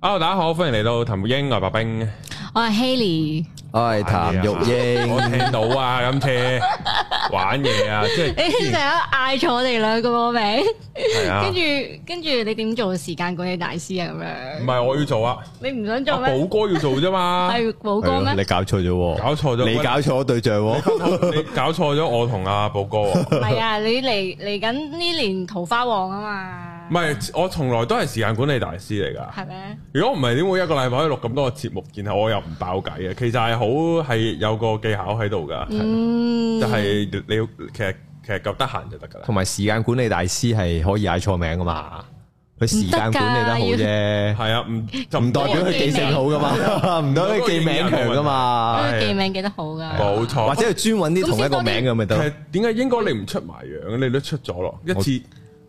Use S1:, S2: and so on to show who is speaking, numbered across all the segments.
S1: Hello，大家好，歡迎嚟到談育鷹，我係白冰，
S2: 我係 Haley，
S3: 唉，譚玉
S1: 我
S3: 英，
S1: 聽到啊，今次玩嘢 啊，即
S2: 你成日
S1: 係
S2: 嗌咗我哋兩個個名，
S1: 係啊
S2: 跟，住跟住你點做時間管理大師啊？咁
S1: 唔
S2: 樣
S1: 係我要做啊，
S2: 你唔想
S1: 阿
S2: 做
S1: 寶
S2: 咩？
S1: 哥要做啫嘛，
S2: 係寶
S3: 係
S2: 哥
S3: 咯
S2: 咩
S3: 你？搞錯咗喎，
S1: 搞錯咗
S3: 你搞錯咗對象喎，
S1: 你搞錯咗我同阿寶哥喎，
S2: 唔係啊，你嚟嚟緊呢年桃花旺啊嘛
S1: 唔，係我從來都係時間管理大師嚟㗎。
S2: 係咪？
S1: 如果唔係點會一個禮拜可以錄咁多個節目，然後我又唔爆偈嘅？其實係好係有個技巧喺度㗎，
S2: 嗯，
S1: 就係你要其實其實夠得閒就得㗎啦。
S3: 同埋時間管理大師係可以嗌錯名噶嘛，佢時間管理得好 啫，
S1: 係啊，唔就
S3: 唔代表佢記性好噶 嘛，唔代表佢記名強噶嘛，
S2: 佢記名記得好噶，
S1: 冇錯，
S3: 或者佢專揾啲同一個名咁咪
S1: 其
S3: 得，
S1: 實點解英哥你唔出埋樣？你都出咗咯，一次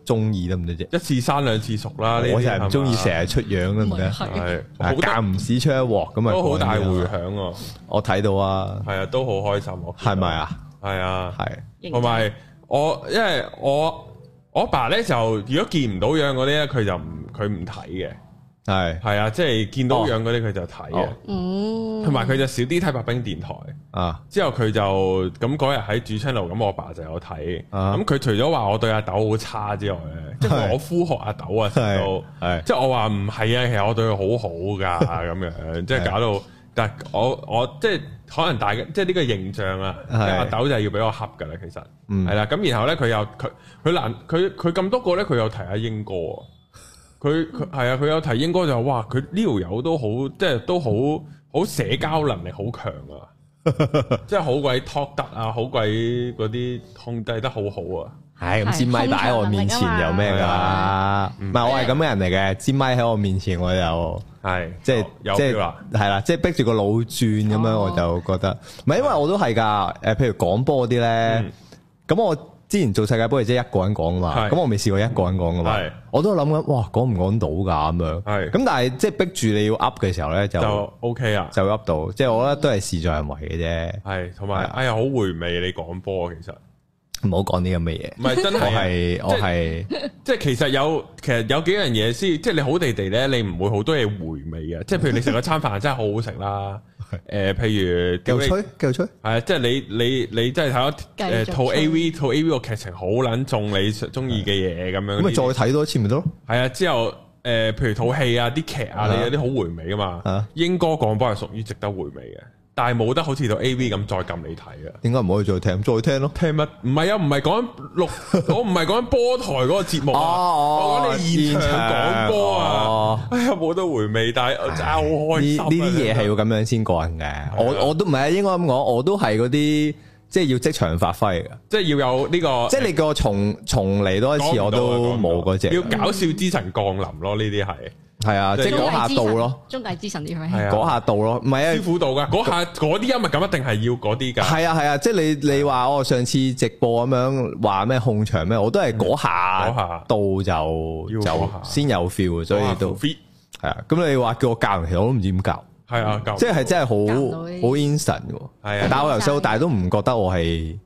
S3: 中意得唔得啫？
S1: 一次生兩次熟啦。呢啲
S3: 我就係唔中意成日出樣得唔
S2: 咪
S3: 得？
S2: 係
S1: 係
S3: 啊
S1: 好大
S3: 間唔時出一鑊咁啊，
S1: 都好大迴響喎，
S3: 我睇到啊，
S1: 係啊，都好開心我見到
S3: 係咪？啊？
S1: 係啊，
S3: 係
S2: 認
S1: 同埋我因為我我爸咧就如果見唔到樣嗰啲咧，佢就唔佢唔睇嘅，
S3: 係
S1: 係啊，即係見到樣嗰啲佢就睇嘅
S3: 哦，
S2: 嗯，
S1: 同埋佢就少啲睇白冰電台。
S3: 啊，
S1: 之後佢就咁嗰日喺主 channel，咁我爸就有睇。
S3: 啊
S1: 咁佢除咗話我對阿豆好差之外咧，即係我呼喝阿豆啊，成日都
S3: 係係
S1: 即係我話唔係啊，其實我對佢好好 噶咁樣，即係搞到，但係我我即係可能大家即係呢個形象啊，
S3: 係
S1: 阿豆就係要俾我恰噶啦，其實
S3: 嗯
S1: 係啦。咁然後咧，佢又佢佢難佢佢咁多個咧，佢又提阿英哥喎。佢佢係啊，佢有提英哥就話哇，佢呢條友都好，即係都好好社交能力好強 啊，即係好鬼 talk 得啊，好鬼嗰啲控制得好好啊。
S3: 唉，咁支咪擺喺我面前有咩
S1: 係啊
S3: 噶？唔係我係咁嘅人嚟嘅，支咪喺我面前我就
S1: 係，
S3: 即係
S1: 有啊票
S3: 即係
S1: 啦，
S3: 係啦，即係逼住個腦轉咁樣，
S2: 哦
S3: 我就覺得唔係，因為我都係㗎。誒，譬如廣播嗰啲咧，咁我之前做世界盃係即係一個人講㗎嘛，
S1: 嗯係
S3: 咁我未試過一個人講㗎嘛
S1: 係，
S3: 我都諗緊，哇，講唔講到㗎咁樣？
S1: 係
S3: 咁，但係即係逼住你要 up 嘅時候咧，就
S1: 就 OK 啊。
S3: 就 up 到，即係我覺得都係事在人為嘅
S1: 係，同埋
S3: 係啊
S1: 哎呀，好回味你講波其實，
S3: 啫，唔好講啲咁嘅嘢。
S1: 唔係真
S3: 我
S1: 係啊，
S3: 哦係我係
S1: 即係其實有其實有幾樣嘢先，即係你好地地咧，你唔會好多嘢回味嘅。即係譬如你食嗰餐飯真係好好食 啦，誒，譬如
S3: 繼
S1: 屌
S3: 續
S1: 你
S3: 吹，繼續吹。
S1: 係啊，即係你你你真係睇
S2: 繼
S1: 咗
S2: 續
S1: 誒套
S2: 追
S1: A V 套 A V 個劇情好撚中你中意嘅嘢咁樣，
S3: 咁咪再睇多一次咪得咯？
S1: 係啊，之後誒譬如套戲啊、啲劇啊，你有啲好回味噶嘛
S3: 啊。
S1: 英歌廣播係屬於值得回味嘅，但係冇得好似套 A V 咁再撳你睇啊。
S3: 點解唔可以再聽？再聽咯。
S1: 聽乜？唔係啊，唔係講錄， 我唔係講波台嗰個節目啊，
S3: 哦哦
S1: 我講你現場講波啊
S3: 哦，
S1: 哎呀 冇得回味，但係我真係好開
S3: 呢
S1: 心啊。
S3: 呢啲嘢係
S1: 真啊
S3: 要咁樣先過癮嘅。我我都唔係應該咁講，我都係嗰啲即係要即場發揮嘅。
S1: 即係要有呢個，
S3: 即係你叫我重重嚟多一次，
S1: 講
S3: 我
S1: 唔到啊
S3: 都
S1: 講唔到
S3: 冇嗰只。
S1: 要搞笑之神降臨咯，呢啲係
S3: 係啊，即係嗰下到咯，
S2: 中介之神啲
S1: 係
S2: friend，
S1: 啊，
S3: 嗰下到咯，唔
S1: 師
S3: 係啊。
S1: 傅度噶，嗰下嗰啲音樂感一定係要嗰啲㗎，
S3: 係啊係啊，即係你你話我上次直播咁樣話咩控場咩，我都係嗰
S1: 嗰下
S3: 下到就
S1: 要嗰下
S3: 就先有 feel，所以都
S1: fit
S3: 係啊。咁你話叫我教人，其實我都唔知點教。
S1: 係啊，夠
S3: 嗯即係真
S2: 夾
S3: 係好
S2: 唔到呢啲
S3: 好 instant 嘅喎，
S1: 係啊
S3: 但係我由細到大都唔覺得我係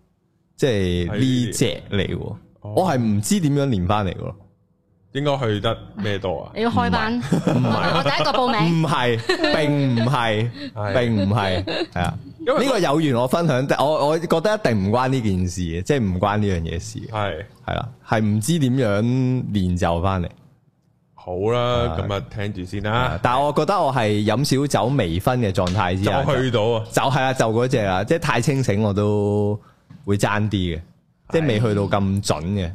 S3: 即係呢只嚟喎，
S1: 哦
S3: 我係唔知點樣練翻嚟嘅咯，
S1: 應該去得咩多 啊？
S2: 你要開班，我我第一個報名，
S3: 唔係，並唔係，
S1: 係
S3: 並唔係，係啊，
S1: 因為
S3: 呢個有緣我分享，但我我覺得一定唔關呢件事嘅，即係唔關呢樣嘢事嘅，
S1: 係
S3: 係啦，係唔知點樣練就翻嚟，
S1: 好啦，咁啊聽住先啦，
S3: 但係我覺得我係飲少酒微醺嘅狀態之
S1: 就
S3: 下，
S1: 去到啊，
S3: 就係啦，就嗰只啦，即係太清醒我都會爭啲嘅，即係未去到咁準嘅，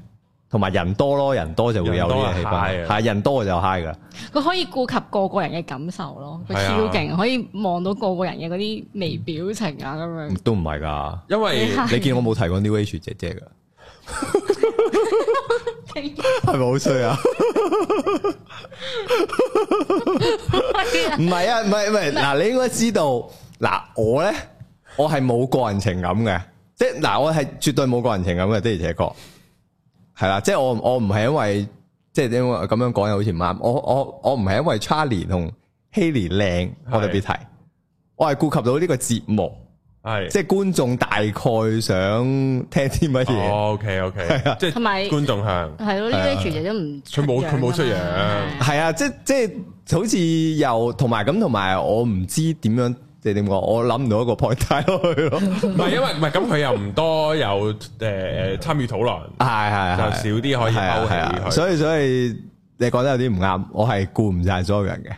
S3: 同埋人多咯，人多就啊會有呢個氣
S1: 人
S3: 氛，
S1: 多
S3: 係人多我就 high 噶，
S2: 佢可以顧及個個人嘅感受咯，佢
S1: 係啊
S2: 超勁，可以望到個個人嘅嗰啲微表情啊咁樣。
S3: 都唔係噶，
S1: 因為
S2: 你係
S3: 你見我冇提過 New Age 姐姐噶， 係咪好衰啊？唔係啊，唔係唔係，嗱，你應該知道，嗱，我咧，我係冇個人情感嘅，即係嗱，我係絕對冇個人情感嘅，的而且確係啦，即係我我唔係因為即係因為咁樣講又好似唔啱，我我我唔係因為 Charlie 同 Haley 靚，我特別提，我係顧及到呢個節目，
S1: 係
S3: 即係觀眾大概想聽啲乜嘢，啊
S1: 哦，OK OK，即
S2: 同
S1: 係
S2: 埋
S1: 觀眾向，
S2: 係咯，呢
S3: 係啊
S2: 啲姐姐都唔
S1: 佢冇佢冇出樣
S2: 樣㗎嘛，
S3: 係啊，即即係好似又同埋咁，同埋我唔知點樣，即係點講，我諗唔到一個 point 帶落去咯，
S1: 唔係因為唔係咁，佢又唔多有誒參與討論，
S3: 係
S1: 就
S3: 係啊係，
S1: 少啲可以
S3: 係啊係
S1: 勾
S3: 啊，
S1: 起佢。
S3: 所以所以你講得有啲唔啱，我係顧唔晒所有 人嘅。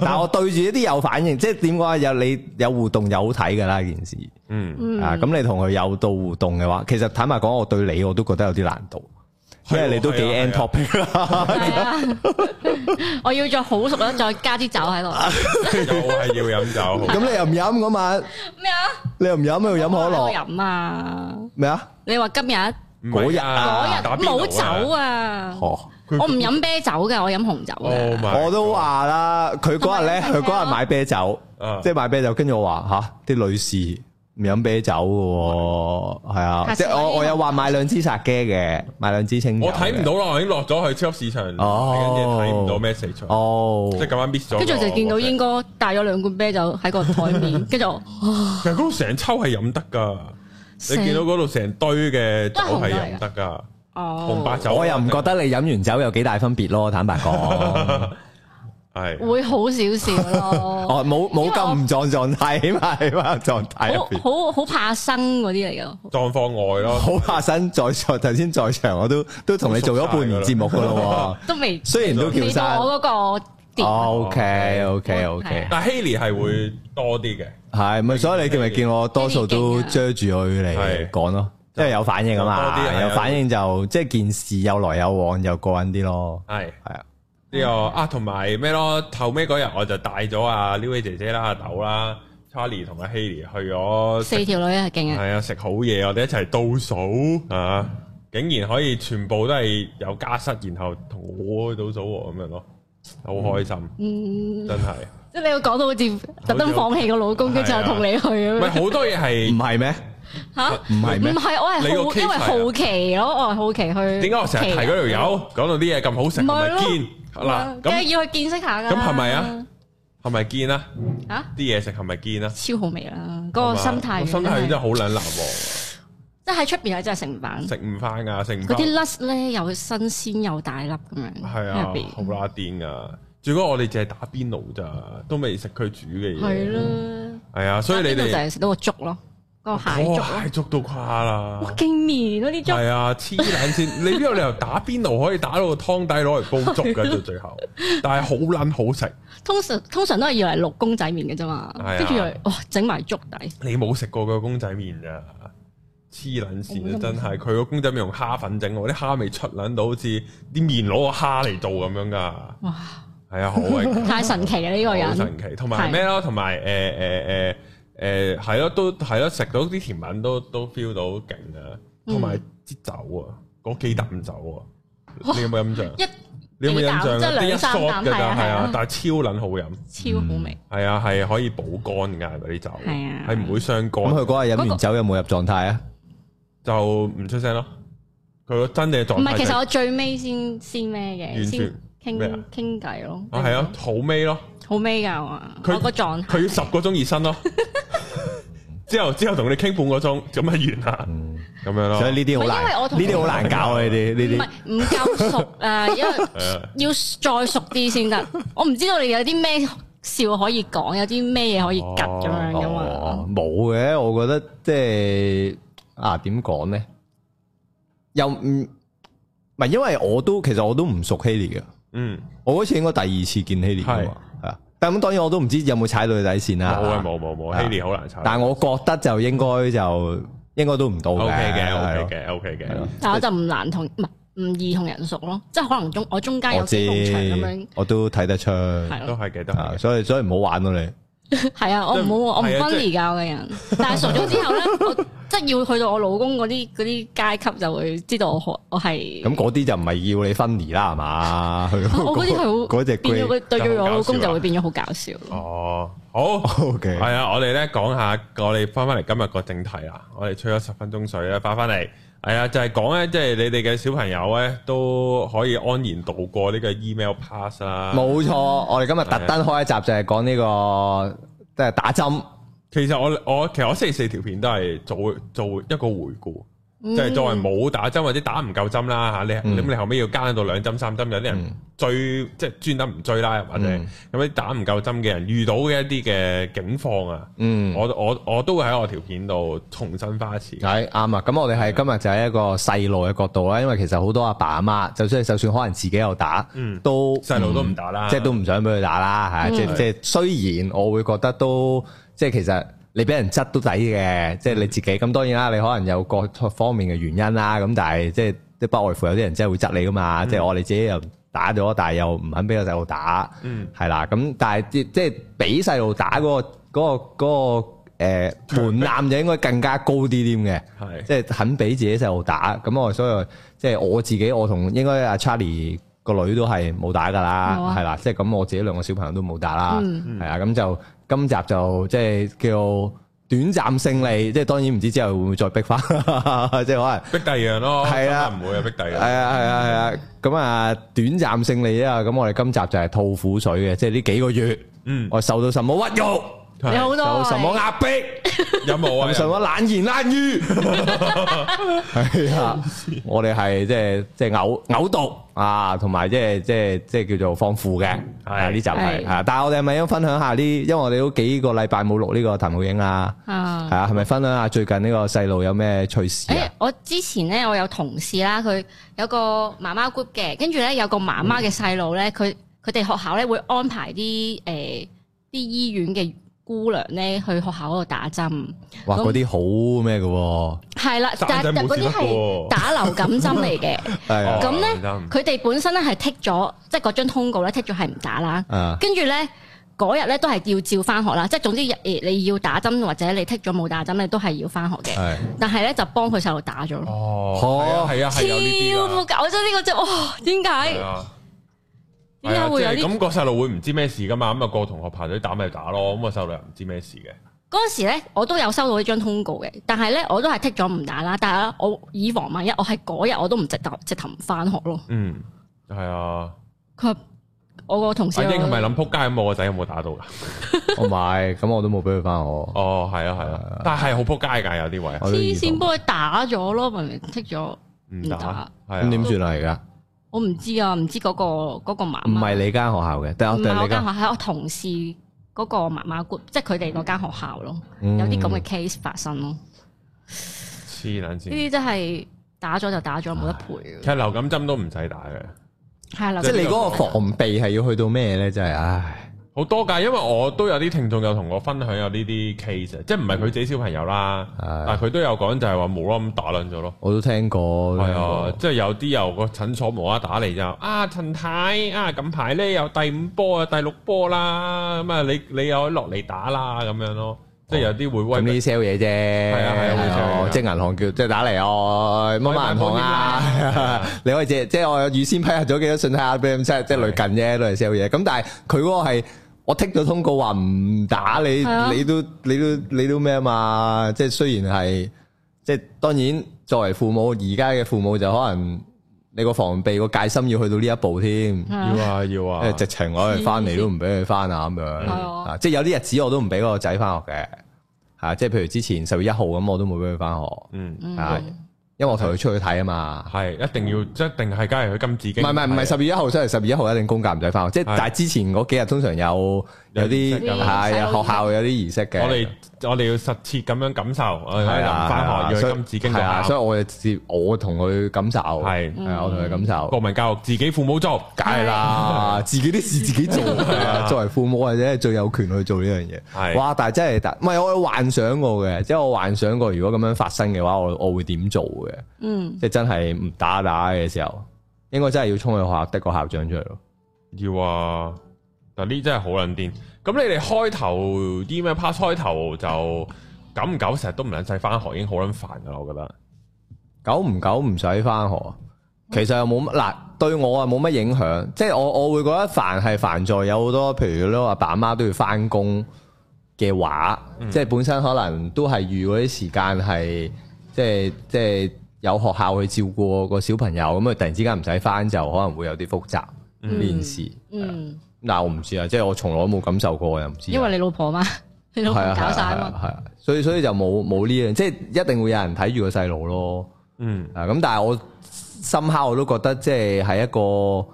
S3: 但我對住一啲有反應，即係點講啊？有你有互動有睇㗎啦，件事
S1: 嗯，
S2: 嗯
S3: 啊，咁你同佢有到互動嘅話，其實坦白講，我對你我都覺得有啲難度，因為你都幾
S1: 係
S3: end
S1: 啊係啊
S3: topic 啦。
S2: 係啊，我要再好熟啦，再加啲酒喺度。
S1: 又係要飲酒，
S3: 咁你又唔飲嗰晚，
S2: 咩啊？
S3: 你又唔飲又飲可
S2: 我
S3: 樂
S2: 飲啊！
S3: 咩啊？
S2: 你話今日嗰
S1: 唔係
S3: 嗰日
S1: 啊
S2: 日
S1: 打邊爐
S2: 冇酒啊？
S3: 哦，
S1: 佢
S2: 我唔飲啤酒嘅，我飲紅酒
S1: ，Oh
S2: 嘅。
S1: my，
S3: 我都話啦，佢嗰日咧，
S2: 同埋飲
S3: 佢嗰日買啤酒，
S1: 啊
S3: 即係買啤酒，跟住我話吓啲女士唔飲啤酒嘅喎，係啊，
S2: 下
S3: 即
S2: 次
S3: 係我
S2: 我
S3: 我有話買兩支殺雞嘅，買兩支清酒嘅。
S1: 我睇唔到啦，我已經落咗去超級市場，
S3: 哦
S1: 睇緊嘢睇唔到 message，啦
S3: 哦
S1: 即，係咁啱 miss 咗。
S2: 跟住就見到英，哥帶咗兩罐啤酒喺 個台面，跟住我
S1: 其實嗰度成抽係飲得㗎，你
S2: 成
S1: 見到嗰度成堆嘅酒
S2: 都
S1: 係
S2: 係紅酒嚟㗎
S1: 飲得㗎，紅白
S2: 哦，
S1: 酒啊
S3: 我又唔覺得你飲完酒有幾大分別咯，坦白 講，
S1: 係。
S2: 會好少 少咯。
S3: 哦，冇冇咁唔撞狀態，起 碼起碼狀態入
S2: 好
S3: 啊邊。
S2: 好好怕生嗰啲嚟嘅，
S1: 狀況外咯，
S3: 好怕生在場，頭先在場我都都同你做咗半年節 目噶咯
S2: 都未
S3: 喎，雖然都叫哦
S2: 未
S3: 生
S2: 到。我嗰個點。啊
S3: O K O K O
S2: 係
S3: K，
S2: 啊
S1: 但 Haley 係會多啲嘅，
S3: 係咪？所以你見咪見我多數都遮住佢嚟
S1: 係
S3: 講咯，即係有反應啊
S1: 就多啲
S3: 嘛，
S1: 係啊
S3: 有反應就即係件事有來有往，又過癮啲咯。
S1: 係
S3: 係啊，
S1: 呢個啊，同埋咩咯？後尾嗰日我就帶咗阿 New A 姐姐啦、阿豆啦、Charlie 同阿 Haley 去咗食，
S2: 四條女係勁啊！
S1: 係啊食好嘢，我哋一齊倒數啊！竟然可以全部都係有家室，然後同我去倒數喎咁樣咯，好開心，
S2: 嗯，
S1: 真係。
S2: 即係你要講到好似特登放棄個老公，跟住
S1: 係啊
S2: 就同你去咁
S1: 唔係
S2: 樣
S1: 好多嘢
S3: 唔
S1: 係
S3: 係咩？
S2: 嚇？
S3: 唔係咩
S2: 唔？係，我
S1: 你個 case
S2: 係好因
S1: 係
S2: 為
S1: 啊
S2: 好奇咯，我係好奇去。
S1: 點解我成日提嗰條友講到啲嘢咁好食，係咪
S2: 唔係咯
S1: 堅嗱
S2: 梗係
S1: 咁
S2: 要去見識下㗎。
S1: 咁係咪啊？係咪堅啊？
S2: 嚇！
S1: 啲嘢食係咪堅啊？
S2: 超好味啦！嗰個心態，
S1: 心態真係
S2: 係
S1: 好兩難喎，
S2: 即係喺出邊係真係食唔飽。
S1: 食唔翻噶，食唔
S2: 嗰
S1: 翻。
S2: 啲 lust 咧又新鮮又大粒咁樣，
S1: 係
S2: 喺
S1: 啊
S2: 入，邊
S1: 好啦癲噶。最嗰我哋淨係打邊爐咋，都未食佢煮嘅嘢。
S2: 係啦。
S1: 係啊，所以你
S2: 打邊爐就
S1: 哋
S2: 係食到個粥咯，嗰個蟹粥
S1: 哇
S2: 咯，
S1: 蟹粥都誇啦。
S2: 哇勁綿嗰啲粥
S1: 哦係。啊，黐撚線！ 你邊有理由打邊爐可以打到個湯底攞嚟煲粥㗎？到最後，但係好撚好食。
S2: 通常通常都係以為六公仔麵嘅啫嘛
S1: 係啊，
S2: 跟住又哇整埋粥底，
S1: 你冇食過個公仔麵咋？黐撚線啊！真係佢個公仔麵用蝦粉整，我啲蝦味出撚到好似啲麵攞個蝦嚟做咁樣噶。
S2: 哇！
S1: 係啊，好鬼勁
S2: 太神奇啊啦呢個
S1: 好
S2: 人，
S1: 神奇，同埋咩咯？同埋誒誒誒誒係咯，都係咯，食到啲甜品都都 feel 到勁啊！同埋支酒啊，嗰幾啖酒啊，你有冇印象？
S2: 一
S1: 你有冇印象
S2: 幾
S1: 啊？
S2: 啖即係
S1: 啲一
S2: 兩三
S1: shot
S2: 啖
S1: 㗎咋，
S2: 係啊
S1: 係
S2: 係
S1: 啊
S2: 啊，
S1: 但係超撚好飲，
S2: 超好味。
S1: 係啊，係可以補肝㗎嗰啲酒，
S2: 係啊
S1: 嗯係唔會傷
S3: 咁佢
S1: 肝，
S3: 嗰日飲完酒有冇入狀態啊？
S1: 就唔出聲咯。佢個真嘅狀態
S2: 唔係，其
S1: 就
S2: 實我最尾先先咩
S1: 完
S2: 嘅，
S1: 全
S2: 先
S1: 咩
S2: 傾
S1: 啊
S2: 傾偈咯。
S1: 啊係啊，好尾咯，
S2: 好尾㗎我啊，
S1: 佢
S2: 我個狀態
S1: 佢要十個鐘熱身咯。之後之後同你傾半個鐘，咁咪完啦，咁樣咯。
S3: 所以呢啲好
S2: 唔
S3: 難，
S2: 係因為我同
S3: 呢啲好難搞啊！呢啲
S2: 唔
S3: 呢
S2: 係唔夠熟啊，因為
S1: 係啊
S2: 要再熟啲先得。我唔知道你有啲咩笑可以講，有啲咩嘢可以吉咁樣
S3: 啲
S2: 㗎嘛。
S3: 哦冇嘅，我覺得即係啊點講咧？又唔唔係因為我都其實我都唔熟希利嘅。
S1: 嗯，
S3: 我嗰次應該第二次見希 a 噶嘛，係啊，但咁當然我都唔知有冇踩到佢底線啦。
S1: 冇啊，冇冇冇
S3: 啊
S1: ，Haley 好難炒。
S3: 但我覺得就應該就應該都唔到
S1: O
S3: 嘅
S1: K 嘅
S3: 係咯
S1: ，O K 嘅，O K
S3: 係啊咯
S1: 嘅。
S2: 但我啊就唔難同唔係唔易同人熟咯，即係可能中我中間
S3: 我
S2: 有幾埲牆咁
S3: 知
S2: 樣，，
S3: 我都睇得出，
S2: 係
S1: 都
S2: 咯，
S1: 係嘅，都
S3: 啊
S1: 係嘅。
S3: 所以所以唔好玩咯你。
S2: 係啊，我唔好我唔
S1: 係啊
S2: 分
S1: 哦即係
S2: 離教嘅人，但係熟咗之後 咧，我即係要去到我老公嗰啲嗰啲階級就會知道我可我係
S3: 咁嗰啲就唔係要你分離啦，係嘛？去
S2: 我嗰啲係好
S3: 嗰隻
S2: 變咗
S3: grade
S2: 佢對住我老公
S1: 啊
S2: 就會變咗好搞笑。
S1: 哦，好，
S3: OK
S1: 係啊，我哋咧講下，我哋翻翻嚟今日個正題啦。我哋吹咗十分鐘水啦，翻翻嚟係啊，就係講咧，即係你哋嘅小朋友咧都可以安然度過呢個 email pass 啊啦。
S3: 冇錯，我哋今日特登開一集就係講呢個即係打針
S1: 其實我我其實我星期四條片都係做做一個回顧，即係作為冇打針或者打唔夠針啦吓，你咁、
S3: 嗯
S1: 你後尾要加到兩針三針，有啲人
S3: 嗯
S1: 追即係專登唔追啦，或者
S3: 嗯
S1: 咁啲打唔夠針嘅人遇到嘅一啲嘅境況啊，
S3: 嗯，
S1: 我我我都會喺我條片度重新花一次。
S3: 係啱啊！咁我哋
S1: 嗯
S3: 係今日就係一個細路嘅角度啦，因為其實好多阿爸阿媽，就算就算可能自己有打，
S1: 嗯
S3: 都
S1: 細路都唔打啦
S3: 即係都唔想俾佢打啦，係即
S1: 嗯
S3: 即係雖然我會覺得都即係其實你俾人質都抵嘅，即係
S1: 嗯
S3: 你自己咁當然啦，你可能有各方面嘅原因啦，咁但係即係都不外乎有啲人真係會質你噶嘛，即係我哋自己又打咗，但係又唔肯俾個細路打，
S1: 嗯
S3: 係啦，咁但係即即係俾細路打嗰個嗰個嗰個誒門檻就應該更加高啲啲嘅。
S1: 係
S3: 即係肯俾自己細路打，咁我所以即係我自己，我同應該阿 Charlie 個女都係冇打噶啦
S2: 冇，啊
S3: 係啦，即係咁我自己兩個小朋友都冇打啦，
S2: 嗯
S3: 係啊，咁就今集就即係叫短暫勝利，即係當然唔知之後會唔會再逼翻， 即係可能。
S1: 逼第二樣咯，
S3: 係
S1: 真
S3: 啊
S1: 係唔會啊，逼第二
S3: 係
S1: 樣。
S3: 啊係啊係啊，咁啊短暫勝利啊，咁我哋今集就係吐苦水嘅，即係呢幾個月
S1: 嗯，
S3: 我受到什麼屈辱，
S1: 係
S2: 你好多
S3: 受
S2: 啊
S3: 什麼
S2: 你
S3: 壓迫，
S1: 有冇啊？
S3: 受什
S1: 有冇
S3: 麼冷言冷語。系啊，我哋係即係即係嘔嘔毒啊，同埋即係即係即係叫做放負嘅，係呢集係
S2: 係
S3: 係啊。但係我哋係咪應該分享下呢？因為我哋都幾個禮拜冇錄呢個譚浩英啦，係
S2: 啊！哎
S3: 啊，係咪分享下最近呢個細路有咩趣事
S2: 誒
S3: 啊？，
S2: 我之前咧，我有同事啦，佢有個媽媽 group 嘅，跟住咧有個媽媽嘅細路咧，佢佢哋學校咧會安排啲誒啲醫院嘅姑娘咧去學校嗰度打針，
S3: 哇，
S2: 咁
S3: 嗰啲好咩嘅喎，
S2: 係啦，
S1: 生
S2: 但
S1: 仔
S2: 但
S1: 冇
S2: 嗰
S1: 事得
S2: 啲
S1: 嘅
S2: 係
S1: 喎
S2: 打流感針嚟嘅。
S3: 係啊
S1: 哦
S2: 咁
S1: 唔得唔
S2: 咧，佢哋本身咧係剔咗，即係嗰張通告咧剔咗係唔打啦。
S3: 啊，
S2: 跟住咧嗰日咧都係要照翻學啦，即係總之誒你要打針或者你剔咗冇打針，你都係要翻學嘅。
S3: 係
S2: 但係咧就幫佢細路打咗咯。
S1: 哦，
S3: 哦
S1: 係啊係啊，係有呢啲
S2: 超
S1: 㗎
S2: 冇搞！我真係呢個真係哇，點
S1: 係
S2: 解
S1: 啊。
S2: 點解會有
S1: 係啊即係
S2: 呢？
S1: 咁個細路會唔知咩事噶嘛？咁啊個同學排隊打咪打咯，咁個細路又唔知咩事嘅。
S2: 嗰陣時咧，我都有收到呢張通告嘅，但係咧我都係剔咗唔打啦。但係呢我以防萬一，我係嗰日我都唔直頭直頭唔翻學咯。
S1: 嗯，係啊。
S2: 佢話我個同事啊
S1: 阿英係咪諗撲街咁？我個仔有冇打到噶？
S3: 我買，咁我都冇俾佢翻我，
S1: 哦，係啊係啊，但係好撲街㗎，有啲位
S3: 我都
S2: 黐線
S3: 預防
S2: 幫佢打咗咯，明明剔咗。
S1: 唔
S2: 唔
S1: 打
S2: 打，
S3: 咁
S1: 嗯係
S3: 點
S1: 啊。
S3: 算啊？而家
S2: 我唔知啊，唔知嗰、個嗰、個媽
S3: 唔
S2: 媽
S3: 係你間學校嘅，但
S2: 唔係
S3: 係但係
S2: 我
S3: 你
S2: 間學校，係我同事嗰個媽媽 group，即係佢哋嗰間學校咯，
S1: 嗯
S2: 有
S3: 嗯
S2: 啲咁嘅 case 發生咯。
S1: 黐撚線
S2: 呢。啲真係打咗就打咗，冇得賠嘅
S1: 其。實流感針都唔使打嘅，
S2: 係啦，
S3: 即係你嗰個防備係要去到咩咧？真係，唉，
S1: 好多㗎。因為我都有啲聽眾有同我分享有呢啲 case，啊即係唔係佢自己小朋友啦，
S3: 係
S1: 但係佢都有講就係話無啦啦咁打撚咗咯。
S3: 我都聽過，
S1: 係
S3: 聽過
S1: 啊，即係有啲由個診所無啦啦打嚟就啊，陳太啊，近排咧有第五波啊、第六波啦，咁啊，你你又落嚟打啦咁樣咯，即係有啲會
S3: 咁呢
S1: 威
S3: 啲 sell 嘢啫，係
S1: 啊係啊會 sell 嘢㗎
S3: 即係銀行叫即係打嚟哦，乜乜銀
S1: 可以
S3: 行
S1: 買保險
S3: 啊
S1: 啦，
S3: 你可以借，即係我預先批核咗幾多信貸啊，俾咁即係即係類近啫，都係 sell 嘢。咁但係佢嗰個係我剔咗通告話唔打你
S2: 係啊，
S3: 你都你都你都咩啊嘛？即係雖然係即係當然作為父母，而家嘅父母就可能你個防備個戒心要去到呢一步添。
S2: 係啊
S1: 要啊要啊
S3: 誒，，直情我哋翻嚟都唔俾佢翻啊咁
S2: 係
S3: 樣，
S2: 啊
S3: 啊，即係有啲日子我都唔俾個仔翻學嘅，嚇，即係譬如之前十月一號咁，我都冇俾佢翻學，
S1: 嗯，
S2: 嗯
S3: 啊，因為我同佢出去睇啊嘛，
S1: 係一定要，一定係梗係啊佢金
S3: 唔
S1: 紫荊，
S3: 係唔係唔係十月一號，真係十月一號一定公假唔使翻學，即係
S1: 係
S3: 但係之前嗰幾日通常有有
S1: 有儀
S3: 啲
S1: 式㗎
S3: 係有學校有啲儀式嘅，
S1: 我哋我哋要實切咁樣感受，我哋
S3: 係
S1: 臨
S3: 啊，
S1: 翻學
S3: 所
S1: 要
S3: 以
S1: 去金紫荊
S3: 係啊，所以
S1: 度
S3: 我就接我同佢感受
S1: 係
S3: 係啊，我同佢感
S1: 考
S3: 受
S1: 國。民教育，自己父母做，
S3: 梗係啦，自己啲事 自己做，啊作為父母或者係最有權去做呢樣嘢。
S1: 係
S3: 哇！但係真係，但唔係我有幻想過嘅，即係我幻想過，如果咁樣發生嘅話，我我會點做嘅？
S2: 嗯，
S3: 即係真係唔打打嘅時候，應該真係要衝去學校得個校長出嚟咯。
S1: 要啊！但呢真係好撚癲。咁你哋開頭啲咩 part 開頭就久唔久成日都唔撚使翻學，已經好撚煩噶啦，我覺得。
S3: 久唔久唔使翻學，啊其實又冇乜嗱，對我啊冇乜影響。即係我我會覺得煩係煩在有好多，譬如咧阿爸阿媽都要翻工嘅話，
S2: 嗯
S3: 即係本身可能都係預嗰啲時間係即係即係有學校去照顧個小朋友，咁啊突然之間唔使翻就可能會有啲複雜呢件事。
S2: 嗯，
S3: 嗱，我唔知啊，即係我從來都冇感受過，我又唔知啊。
S2: 因為你老婆嘛，你老
S3: 係
S2: 婆
S3: 啊，
S2: 搞晒啊嘛。
S3: 系啊，所以所以就冇冇呢樣，即係一定會有人睇住個細路咯。
S1: 嗯，
S3: 啊，咁但係我深刻我都覺得即係係一個，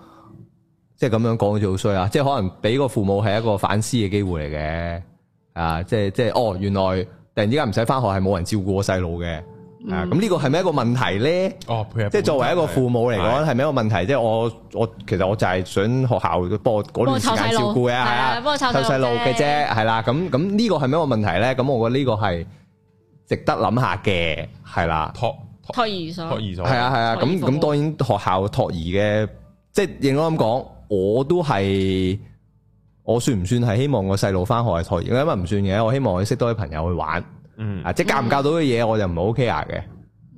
S3: 即係咁樣講好似好衰啊！即係可能俾個父母係一個反思嘅機會嚟嘅，啊，即係即係哦，原來突然之間唔使翻學係冇人照顧個細路嘅，啊，咁呢個係咪一個問題咧？
S1: 哦，配合
S3: 即係作為一個父母嚟
S1: 係
S3: 講，係咪一個問題？即係我我其實我就係想學校幫我嗰段時間照顧嘅，係啊，
S2: 幫我湊細路
S3: 細路嘅
S2: 係
S3: 啫，係啦。咁咁呢個係咪一個問題咧？咁我覺得呢個係值得諗下嘅，係啦。
S1: 啊托托
S2: 托兒
S1: 托
S2: 所，
S1: 兒所
S3: 係啊係啊，
S2: 托兒
S3: 咁
S2: 服務
S3: 咁當然學校托兒嘅，即係應該咁講，我都係我算唔算係希望個細路翻學係托兒？因為唔算嘅，我希望佢識多啲朋友去玩
S1: 嗯
S3: 啊，即係教唔教到嘅嘢我就唔係 OK 啊嘅，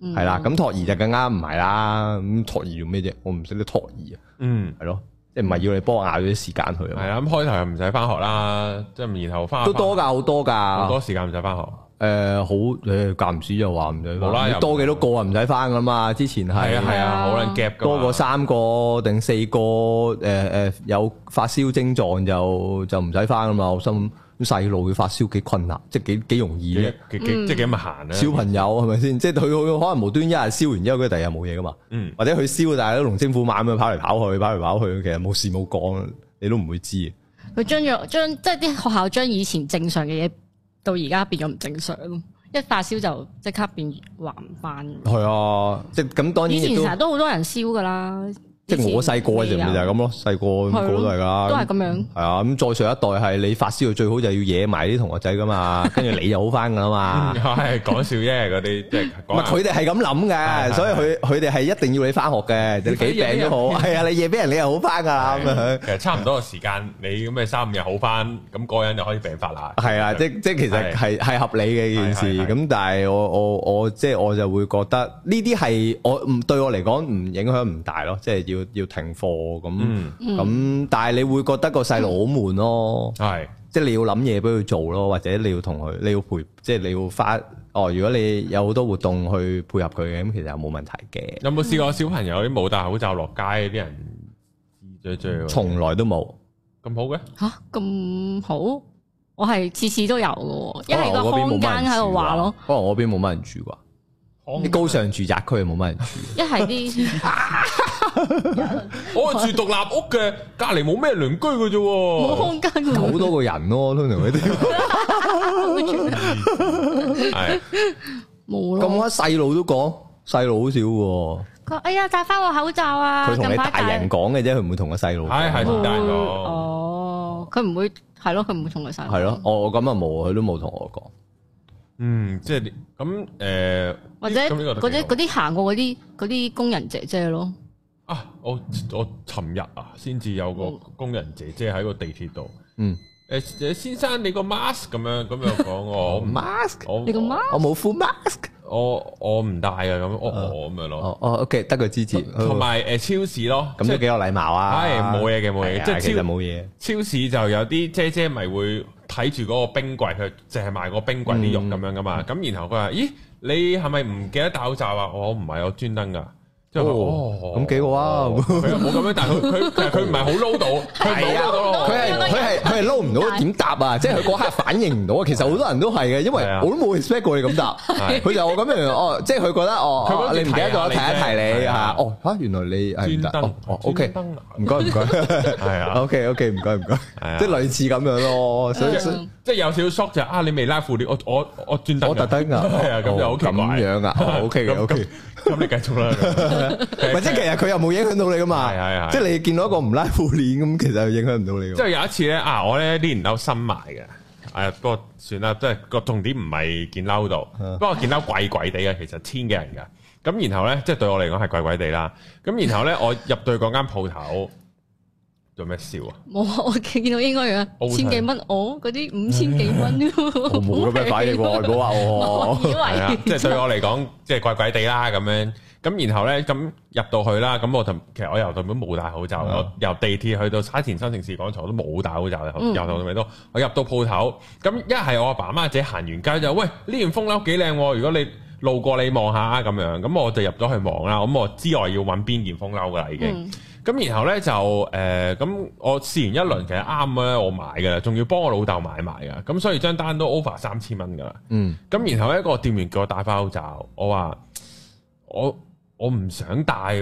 S2: 嗯
S3: 係啦。咁托兒就更加唔係啦，咁托兒做咩啫？我唔識得托兒啊，
S1: 嗯，
S3: 係咯，即係唔係要你幫我咬咗啲時間去
S1: 系
S3: 啊？
S1: 啊，咁開頭又唔使翻學啦，即係然後翻
S3: 都多㗎，啊好多
S1: 好
S3: 㗎。
S1: 多時間唔使翻學，
S3: 誒好誒，間唔時就話唔使
S1: 無啦啦又
S3: 翻，多幾多個啊唔使翻㗎嘛。之前
S1: 係
S3: 係
S1: 啊係
S2: 係
S1: 啊，
S2: 啊
S1: 好撚 gap 噶，
S3: 多過三個定四個，誒、誒、有發燒症狀就就唔使翻啦嘛。我心諗咁細路要發燒幾困難，即係幾幾容易啫
S1: 幾。幾幾即係幾咁閒啊，
S3: 小朋友係咪先？即係佢佢可能無端一日燒完之後，佢第二日冇嘢噶嘛，
S1: 嗯
S3: 或者佢燒，但係都龍精虎猛咁樣跑嚟跑去，跑嚟跑去，其實冇事冇講，你都唔會知。
S2: 佢將咗將即係啲學校將以前正常嘅嘢到而家變咗唔正常咯，一發燒就即刻變還翻。
S3: 係啊，即係咁當然
S2: 以
S3: 亦
S2: 前
S3: 都
S2: 成日都好多人燒噶啦，
S3: 即係我細個嘅時
S2: 以
S3: 候
S2: 前
S3: 咪就係咁咯，細個個
S2: 係咯
S3: 都係㗎，
S2: 都係咁樣。
S3: 系啊，咁再上一代係你發燒最好就要惹埋啲同學仔噶嘛，跟住你就好翻噶啦嘛。
S1: 係講笑啫，嗰啲即係
S3: 唔係
S1: 講
S3: 佢哋係咁諗
S1: 係係
S3: 嘅，所以佢佢哋係一定要你翻學嘅，你幾病都好，係啊，你夜俾人你又好翻噶啦咁樣。
S1: 其實差唔多嘅時間，你咁嘅三五日好翻，咁嗰個人就開始病發啦。
S3: 係啊，即即其
S1: 係
S3: 實係係合理嘅件事，
S1: 係係係
S3: 咁但係我我我即係我就會覺得呢啲係我唔對我嚟講唔影響唔大咯，即係要要停課咁
S1: 嗯
S3: 咁，但係你會覺得個細路好悶咯。
S1: 係
S3: 即係你要諗嘢俾佢做咯，或者你要同佢，你要陪，即係你要花。哦，如果你有好多活動去配合佢嘅，咁其實又冇問題嘅，
S1: 有冇試過小朋友啲冇戴口罩落街啲人醉醉喎？
S3: 從來都冇。
S1: 咁好嘅，
S2: 吓咁好，我係次次都有嘅喎，因為
S3: 可能
S2: 個
S3: 哦我嗰邊冇
S2: 空
S3: 乜人
S2: 間喺度
S3: 住啩
S2: 話咯，，
S3: 可能我嗰邊冇乜人住啩。啲高尚住宅區冇乜人住，
S2: 一係 啲
S1: 我係住獨立屋嘅，隔離冇咩鄰居嘅啫
S3: 哦
S2: 冇
S1: 喎。
S2: 空間嘅
S3: 好
S2: 喎，
S3: 多個人咯，通常嗰啲
S1: 係
S2: 冇
S3: 咁
S2: 咯。
S3: 我細路都講，細路好少喎。
S2: 佢話哎呀，戴翻個口罩啊！
S3: 佢同你
S2: 近排
S3: 大
S2: 戴
S3: 人講嘅啫，佢唔會同個細路講。
S1: 係係
S2: Ờ,
S1: 同大人講
S2: 哦，佢唔會係咯，佢唔會同佢細。
S3: 係咯，我我咁啊冇，佢都冇同我講。
S1: 嗯，即係咁誒，
S2: 或者
S1: 咁呢個
S2: 嗰
S1: 都幾
S2: 啲
S1: 好
S2: 嗰啲行過嗰啲嗰啲工人姐姐咯，
S1: 啊！我我尋日啊，先至有個工人姐姐喺個地鐵度。
S3: 嗯
S1: 誒誒，先生你個 mask 咁樣咁又講我我唔
S3: 哦，mask，
S1: 我
S2: 你個媽
S3: 我冇 full mask。
S1: 我我唔戴啊咁，我我咁樣咯。
S3: 哦哦，OK，得佢支持。
S1: 同埋誒超市咯，
S3: 咁
S1: 即
S3: 都
S1: 係
S3: 幾有禮貌啊！
S1: 係冇嘢嘅冇嘢嘅
S3: 係啊
S1: 即係
S3: 其
S1: 超
S3: 實冇嘢。
S1: 超市就有啲姐姐咪會睇住嗰個冰櫃，佢淨係賣個冰櫃啲肉咁樣噶
S3: 嗯
S1: 嘛。咁、然後佢話：咦，你係咪唔記得戴口罩啊？我唔係，我專登噶。即係話
S3: 哦
S1: 哦，
S3: 咁幾好啊
S1: 佢又冇咁樣，但係佢 佢佢唔係好撈到，佢唔係好撈啊到
S3: 佢
S1: 我。
S3: 係佢係佢係撈唔到點答啊！即係佢嗰刻反應唔到啊！其實好多人都係嘅，因為
S1: 係啊
S3: 我都冇 expect 過你咁答。
S1: 係
S3: 佢就我咁樣哦，即係佢覺得哦，
S1: 佢嗰
S3: 哦
S1: 次
S3: 你唔記得咗，
S1: 提
S3: 提
S1: 下你啫
S3: 一提你
S1: 係啊
S3: 嚇。哦嚇，原來你係唔得
S1: 專。登
S3: 哦哦，OK，
S1: 專登啊
S3: 唔該唔該。
S1: 係啊
S3: OK OK，唔該唔該
S1: 係啊。
S3: 即係類似咁樣咯，所以
S2: 嗯
S3: 所以
S1: 即係啊有少少 shock 就係啊，你未拉褲鏈，我我我專登㗎。
S3: 我特登啊，
S1: 係啊，咁就好
S3: 哦
S1: 奇怪。
S3: 咁樣啊 哦，OK 嘅 OK。
S1: 咁咁你繼 續啦。咁
S3: 或者其實佢又冇影響到你噶嘛，
S1: 係係係
S3: 即係你見到一個唔拉褲鏈咁，其實又影響唔到你㗎嘛
S1: 即。係有一次咧，啊，我咧啲件褸新買 嘅，誒，不過算啦，即係個重點唔係件褸度，不過件褸貴貴地嘅，其實千幾人㗎。咁然後咧，即係對我嚟講係貴貴地啦。咁然後咧，我入到去嗰間鋪頭做咩笑啊？
S2: 冇 啊我見到應該樣
S1: 我會睇
S2: 千幾蚊，我嗰啲五千幾蚊
S3: 我冇咁嘅反應喎，唔好話
S2: 我
S3: 我。
S2: 以
S1: 係啊
S2: 為，
S1: 即係對我嚟講，即係貴貴地啦咁樣。咁然後咧，咁入到去啦，咁我就其實我由頭到尾冇戴口罩，
S3: 嗯
S1: 我由地鐵去到沙田新城市廣場我都冇戴口罩，由
S2: 嗯
S1: 由頭到尾都。我入到鋪頭，咁一係我阿爸媽姐行完街就喂呢件風褸幾靚喎，如果你路過你望下啊咁樣，咁我就入咗去望啦。咁我之外要揾邊件風褸噶啦已經。
S2: 嗯
S1: 咁咁然後咧就誒咁、我試完一輪其實啱咧，我買嘅啦，仲要幫我老豆買埋噶，咁所以張單都 over 三千蚊噶啦。
S3: 嗯
S1: 咁然後咧個店員叫我戴翻口罩，我話我我唔想戴喎，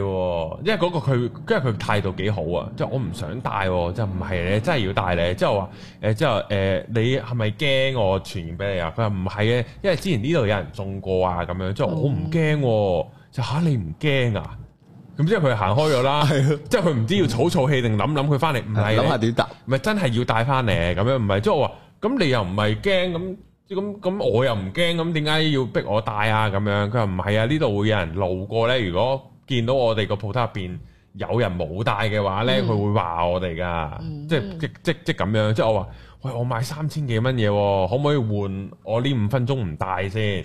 S1: 因為嗰個佢，因為佢態度幾好啊，即係我唔想戴喎，即係唔係你真係要戴咧？之後話誒，之後誒，你係咪驚我傳染俾你啊？佢話唔係嘅，因為之前呢度有人中過啊，咁樣，之後我唔驚喎，就吓你唔驚啊？咁之後佢行開咗啦，即係佢唔知要儲儲氣定諗諗佢翻嚟，唔係
S3: 諗
S1: 你
S3: 下點答？
S1: 咪真係要帶翻嚟咁樣，唔係即係我話，咁你又唔係驚咁，咁咁我又唔驚，咁點解要逼我帶啊？咁樣佢話唔係啊，呢度會有人路過呢。如果見到我哋個鋪頭入邊有人冇帶嘅話呢，
S2: 嗯
S1: 佢、會話我哋噶、
S2: 嗯
S1: 即係即即即咁樣，即係我話。喂，我買三千幾蚊嘢喎，可唔可以換我呢五分鐘唔帶 先？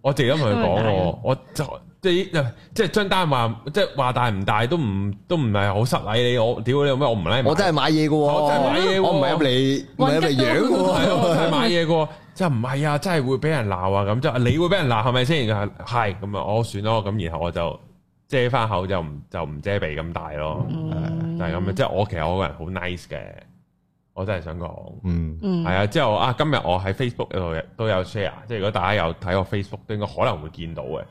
S1: 我直接咁同佢講
S2: 啊
S1: 喎，我就即係即係張單話即係話帶唔帶都唔都唔係好失禮你，我屌你有咩我唔拉埋
S3: 我真係買嘢嘅喎，
S1: 我真係買嘢喎
S3: 我唔係入嚟，唔係入嚟養嘅
S1: 係啊咯，
S3: 喎。
S1: 係買嘢嘅喎，真係唔係啊，真係會俾人鬧啊咁，即係你會俾人鬧係咪先？係係咁啊，我算咯，咁然後我就遮翻口就唔就唔遮鼻咁大咯，
S2: 嗯
S1: 就係咁樣。即係我其實我個人好 nice 嘅，我真係想講。
S3: 嗯，
S2: 嗯
S1: 係，啊，之後啊，今日我喺 Facebook 度都有 share，即係如果大家有睇我 Facebook 都應該可能會見到嘅，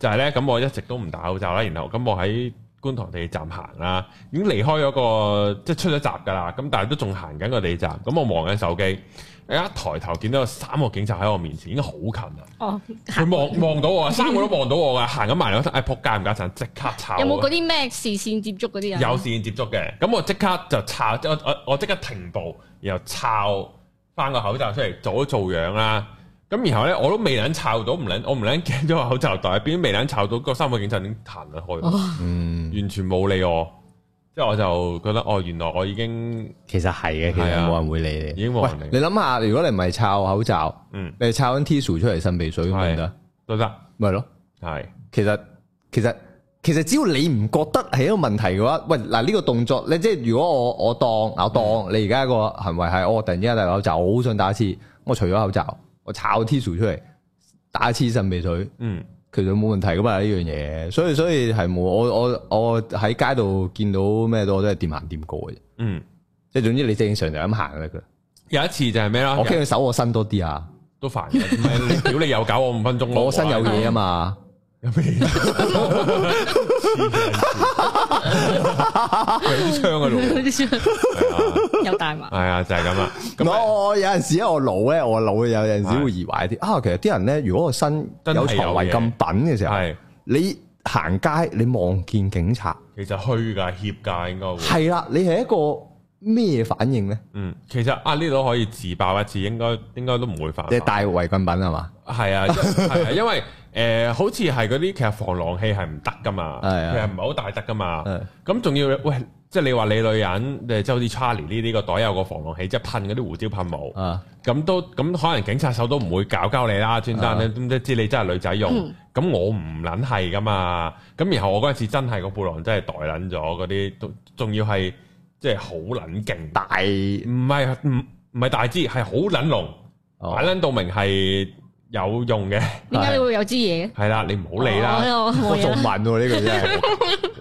S1: 就係咧咁我一直都唔戴口罩啦，然後咁我喺觀塘地鐵站行啦，已經離開咗個即係出咗閘㗎啦，咁但係都仲行緊個地鐵站，咁我望緊手機，一抬頭見到有三個警察喺我面前，已經好近啦，
S2: 哦，
S1: 佢望望到我，啊三個都望到我㗎，行緊埋嚟，我心哎撲街唔家陣，即刻抄
S2: 有冇
S1: 我啊
S2: 嗰啲咩視線接觸嗰啲人？
S1: 有視線接觸嘅，咁我即刻就抄，即我我我即刻停步，然後抄翻個口罩出嚟，做一做樣啦。咁然後咧，我都未撚抄到，唔撚我唔撚驚咗個口罩袋，邊未撚抄到，嗰三個警察已經彈咗
S2: Ờ.
S1: 開，
S3: 嗯，
S1: 完全冇理我。即係我就覺得，哦，原來我已經
S3: 其實係嘅，其
S1: 係
S3: 實
S1: 啊
S3: 冇人會理你。
S1: 已經冇人理
S3: 喂你諗下，如果你唔係抄口罩，
S1: 嗯
S3: 你係抄緊 tissue 出嚟擤鼻水咁得唔
S1: 係
S3: 得？
S1: 都得，
S3: 咪係咯，
S1: 係
S3: 其實其實其實只要你唔覺得係一個問題嘅話，喂嗱呢個動作，你即係如果我我當我當你而家個行為係，哦我突然之間戴口罩，我好想打一次，我除咗口罩，我抄 tissue 出嚟打一次擤鼻水。
S1: 嗯
S3: 其實冇問題噶嘛呢樣嘢，所以所以係冇我我我喺街度見到咩都我都係掂行掂過嘅啫，
S1: 嗯。
S3: 即係總之你正常就咁行啦佢。
S1: 有一次就係咩啦，
S3: 我驚佢手我伸多啲啊，
S1: 都煩嘅，唔係 你屌你又搞我五分鐘咯，
S3: 我 身有嘢啊嘛，
S1: 有咩？有支槍喺度。
S2: 有大麻
S1: 系，啊，就係咁 啦。
S3: 咁我我有陣時咧我腦咧我腦有陣時會移壞啲啊，其實啲人咧如果個身
S1: 真係
S3: 有
S1: 有
S3: 藏違禁品嘅時候，
S1: 係，
S3: 你行街你望見警察，
S1: 其實虛㗎、怯㗎，應該會。
S3: 係啦，你係一個咩反應咧？
S1: 嗯，其實啊呢度可以自爆一次，應該應該都唔會犯
S3: 即
S1: 法。
S3: 係帶違禁品係嘛？
S1: 係 啊，係啊，因為诶，呃好似係嗰啲其實防狼器係唔得㗎嘛，
S3: 係啊嗯
S1: 其實唔係好大得㗎嘛。
S3: 係
S1: 咁仲要喂，即係你話你女人，誒即係好似 Charlie 呢啲個袋有個防狼器，即係噴嗰啲胡椒噴霧。
S3: 啊，
S1: 咁都咁可能警察手都唔會搞鳩你啦，專
S3: 啊
S1: 登咧咁即係知你真係女仔用，
S3: 嗯
S1: 咁、我唔撚係噶嘛，咁然後我嗰陣時真係個背囊真係袋撚咗嗰啲，都仲要係即係好撚勁，
S3: 大
S1: 唔係唔唔係大支，係好撚濃，
S3: 哦
S1: 擺撚到明係有用 嘅，
S2: 點解你會有支嘢？
S1: 係啦，你唔好理啦，
S2: 我我
S3: 我
S2: 冇
S3: 仲
S2: 嘢
S3: 問
S2: 啦。
S3: 喎呢個真係。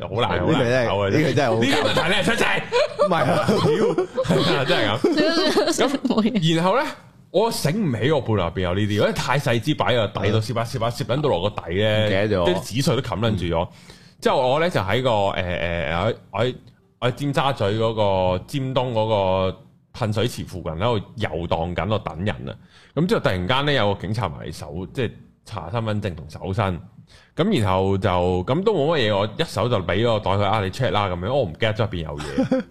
S1: 好難好
S3: 哦呢個真
S1: 難
S3: 係
S1: 搞啊！
S3: 呢個真係好
S1: 呢個問題你係出世，
S3: 唔係
S1: 屌
S3: 啊，
S1: 真係咁。
S2: à. 冇嘢。
S1: 然後咧，我醒唔起我背囊入邊有呢啲，因為太細支擺喺個底度，攝下啊攝下攝緊到落個底
S3: 唔記
S1: 咧，
S3: 得咗
S1: 啲紙碎都冚撚住咗。之後我咧就喺個誒誒喺喺喺尖沙咀嗰個尖東嗰個噴水池附近喺度遊蕩緊，我等人啊。咁之後突然間咧有個警察埋嚟搜，即係查身份證同搜身。咁然後就咁都冇乜嘢，我一手就俾個袋佢啊，你 check 啦咁樣，我唔記得咗入邊有嘢。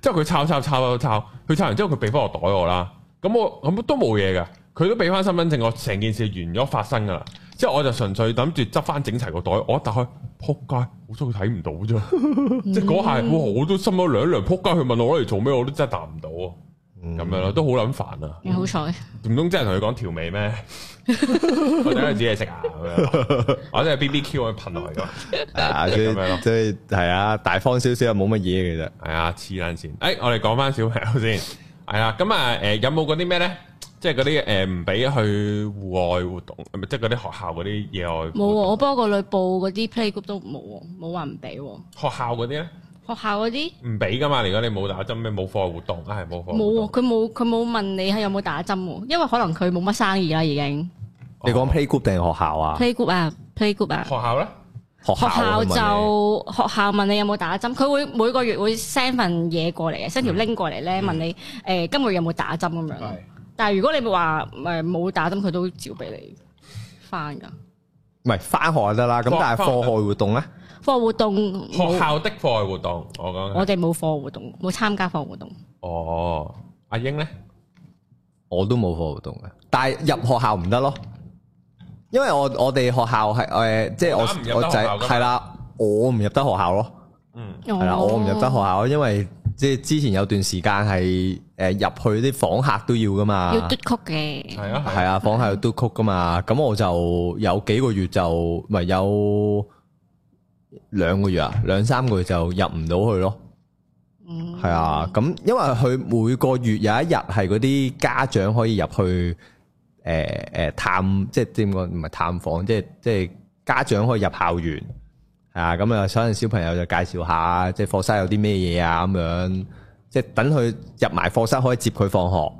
S1: 之後佢抄抄抄抄抄，佢抄完之後佢俾翻我袋我啦。咁我咁都冇嘢嘅，佢都俾翻身份證我，成件事完咗發生噶啦。之後我就純粹諗住執翻整齊個袋，我一打開，撲街，好彩佢睇唔到啫。即係嗰下，哇！我都心咗涼一涼，撲街佢問我攞嚟做咩，我都真係答唔到啊。咁樣咯，都好撚煩啊！
S2: 你好彩，
S1: 唔通真係同佢講調味咩？我等佢煮嘢食啊咁樣，我真係 B B Q 咁噴落去㗎。
S3: 啊，所
S1: 咁樣咯
S3: 以所以係啊，大方少少又冇乜嘢嘅啫。
S1: 係啊，黐撚線。誒、我哋講翻小朋友先。係啦，咁啊，誒、有冇嗰啲咩咧？即係嗰啲誒唔俾去戶外活動，唔係即係嗰啲學校嗰啲野外活
S2: 冇喎！
S1: 動
S2: 我幫個女報嗰啲 playgroup 都冇喎，冇話唔俾喎。
S1: 學校嗰啲咧，
S2: 學校嗰啲
S1: 唔俾噶嘛？如果你冇打針咩冇課外活動啊，係冇課外活
S2: 冇
S1: 動
S2: 喎，。佢冇佢冇問你係有冇打針喎，因為可能佢冇乜生意啦已經。
S3: 你講 playgroup 定學校啊？
S2: playgroup 啊，playgroup 啊
S1: 學，校咧，
S3: 學
S2: 學校
S3: 啊
S2: 就學校問你有冇打針，佢會每個月會 send 份嘢過嚟嘅，send 條 link 過嚟咧問你誒今個月有冇打針咁樣。但係如果你話誒冇打針，佢都照俾你翻㗎。
S3: 唔係翻學就得啦。咁
S1: 放
S3: 但係課外活動咧，
S2: 課外活動冇
S1: 學校的課外活動，我講緊
S2: 我哋冇課外活動，冇參加課外活動。
S1: 哦，阿英咧，
S3: 我都冇課外活動嘅。但係入學校唔得咯，因為我我哋學校係誒，即係
S1: 我打唔入得
S3: 我我
S1: 學
S3: 仔
S1: 校㗎嘛
S3: 係啦，我唔入得學校咯。
S1: 嗯，
S3: 係
S2: 係
S3: 啦，我唔入得學校，因為即係之前有段時間係诶入去啲房客都要噶嘛，
S2: 要嘟曲嘅，
S1: 係啊，
S3: 係
S1: 啊，
S3: 啊，房客要嘟曲噶嘛，咁我就有幾個月就唔係有兩個月啊，兩三個月就入唔到去咯，
S2: 嗯
S3: 係啊，咁因為佢每個月有一日係嗰啲家長可以入去诶诶、呃探，即係點講唔係探訪，即係即系家長可以入校園。係啊，咁啊，所以小朋友就介紹下，即係課室有啲咩嘢啊，咁樣，即係等佢入埋課室可以接佢放學，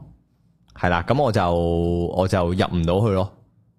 S3: 係啦，咁我就我就入唔到去咯，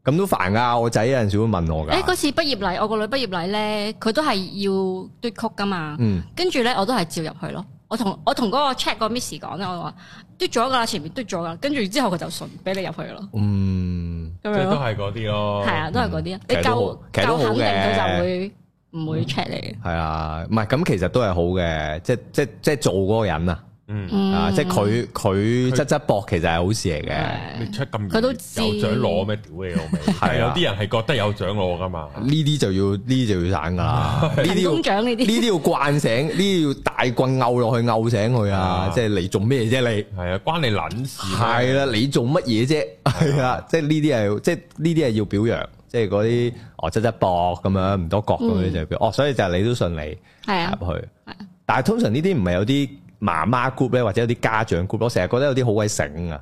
S3: 咁都煩噶，我仔有陣時會問我噶，
S2: 嗯誒嗰次畢業禮，我個女畢業禮咧，佢都係要嘟曲噶嘛，
S3: 嗯，
S2: 跟住咧我都係照入去咯。我同我同嗰個 check 個 miss 講咧，我話嘟咗噶啦，前面嘟咗噶啦，跟住之後佢就順俾你入去咯，
S3: 嗯，
S2: 咁
S1: 即係
S2: 樣
S1: 都
S2: 咯，
S1: 係嗯嗰啲咯，
S2: 係啊，都係嗰啲啊。你
S3: 其實都
S2: 夠
S3: 好其實都
S2: 夠
S3: 好
S2: 肯定
S3: 嘅嗯
S2: 佢就會唔會 check 你。
S3: 係啊，唔係咁其實都係好嘅，即即即做嗰個人啊，
S1: 嗯，
S2: 嗯
S3: 啊，即係佢佢
S1: 佢
S3: 側側膊其實係好事嚟嘅。
S2: 嗯
S1: 你出咁遠
S2: 佢都知
S1: 有獎攞咩？屌你老味，
S3: 啊
S1: 係有啲人係覺得有獎攞噶嘛，
S3: 呢啲就要呢啲就要散噶啦， 呢啲
S2: 人
S3: 要
S2: 工獎呢
S3: 呢
S2: 啲
S3: 啲要慣醒，呢啲要大棍毆落去毆醒佢啊
S1: 啊！
S3: 即係你做咩啫你？
S1: 係啊，關你撚事咩
S3: 係啦，你做乜嘢啫？係啊，即係呢啲係即係呢啲係要表揚，即係嗰啲哦側側膊咁樣唔多角咁樣
S2: 嗯
S3: 就係表哦，所以就係你都順利
S2: 係啊，
S3: 入去
S2: 係啊。
S3: 但係通常呢啲唔係有啲媽媽 group 咧，或者有啲家長 group，我成日覺得有啲好鬼醒啊！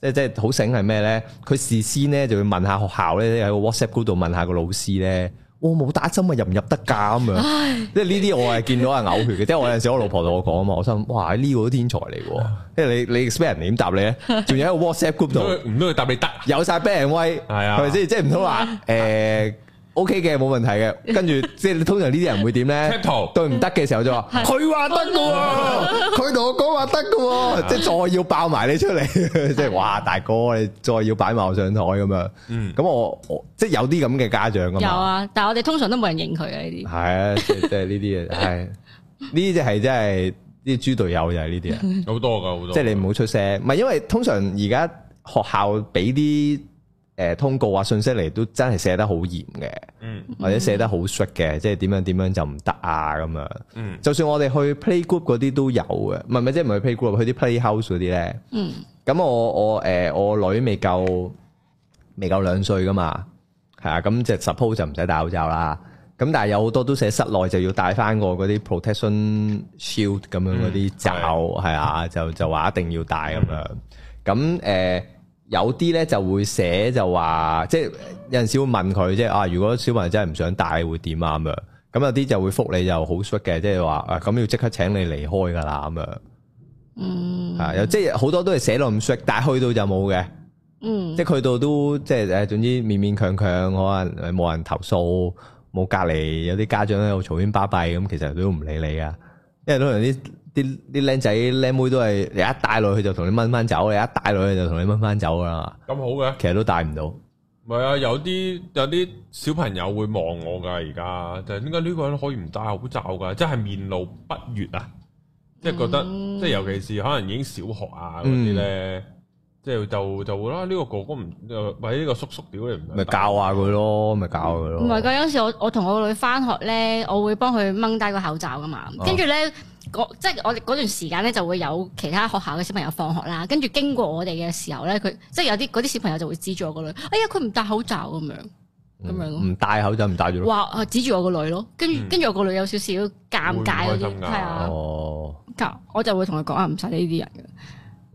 S3: 即係即係好醒係咩咧？佢事先咧就會問下學校咧，喺個 WhatsApp group 度問下個老師咧，我冇打針啊，入唔入得㗎咁樣？即係呢啲我係見到係嘔血嘅，即係我有陣時我老婆同我講啊嘛，我心諗哇呢個都天才嚟喎，即係你你 expect 人哋點答你咧？仲要喺個 WhatsApp group
S1: 唔通
S3: 度
S1: 佢唔通佢答你得？
S3: 有晒 band 威，
S1: 係啊
S3: 係咪先？即係唔通話誒 OK 嘅冇問題嘅，跟住即係通常呢啲人會點 咧
S1: Cap 圖？
S3: 對唔得嘅時候就話
S2: 嗯
S3: 佢話得 嘅喎，佢同我講話得
S2: 嗯
S3: 嘅喎，即係再要爆埋你出嚟， 即係哇大哥你再要擺埋我上台咁樣，
S1: 嗯，
S3: 咁我我即係有啲咁嘅家長
S2: 有
S3: 噶嘛。
S2: 啊，但係我哋通常都冇人認佢嘅呢
S3: 系
S2: 啲。
S3: 啊，即系呢啲嘢，系呢啲就系真系啲豬隊友就係呢啲啊，
S1: 好多噶好多，
S3: 即係你唔好出聲，唔係因為通常而家學校俾啲诶通告啊信息嚟都真係寫得好嚴嘅，
S1: 嗯
S3: 或者寫得好 s 嘅，即係點樣點樣就唔得啊咁樣。
S1: 嗯
S3: 就算我哋去 playgroup 嗰啲都有嘅，唔係唔係即係唔係去 playgroup，去啲 playhouse 嗰啲咧。
S2: 嗯，
S3: 咁我我诶、呃我女未夠未夠兩歲噶嘛，係啊，咁即係 suppose 就唔使戴口罩啦。咁但係有好多都寫室內就要戴翻個嗰啲 protection shield 咁樣嗰啲
S1: 嗯
S3: 罩，係啊、就就話一定要戴咁樣。咁诶、呃有啲咧就會寫就話，即係有陣時會問佢即係啊，如果小朋友真係唔想戴會點啊咁樣。咁有啲就會覆你就好衰嘅，即係話啊咁要即刻請你離開㗎啦咁樣。
S2: 嗯，
S3: 啊，又即係好多都係寫到咁 s 但係去到就冇嘅，
S2: 嗯，
S3: 即係去到都即係誒，總之勉勉強強，可能誒冇人投訴，冇隔離有啲家長喺度嘈喧巴閉，咁其實都唔理你噶，因為通常啲啲啲僆仔僆妹都係你一帶落去就同你掹翻走，你一帶落去就同你掹翻走噶啦，
S1: 咁好嘅。
S3: 其實都帶唔到，
S1: 唔係啊，有啲有啲小朋友會望我㗎，而家就係點解呢個人可以唔戴口罩㗎？即係面露不悦啊！即係覺得，
S2: 嗯
S1: 即係尤其是可能已經小學啊嗰啲咧，即係就就會啦，呢、個哥哥唔，呃或者呢個叔叔屌你唔
S3: 咪教下佢咯，咪教佢咯，
S2: 唔係㗎，有時我我同我個女翻學咧，我會幫佢掹低個口罩噶嘛。
S1: 啊
S2: 跟住咧，嗰即係我哋嗰段時間咧，就會有其他學校嘅小朋友放學啦。跟住經過我哋嘅時候咧，佢即係有啲嗰啲小朋友就會指住我個女，哎呀佢唔戴口罩咁樣，咁樣咯
S3: 唔戴口罩唔戴住咯，
S2: 話啊指住我個女咯。跟住
S1: 嗯
S2: 跟住我個女有少少尷尬嗰
S1: 會唔開心
S2: 啲，
S1: 㗎
S2: 係啊，
S3: 哦，
S2: 咁我就會同佢講啊，唔使呢啲人嘅，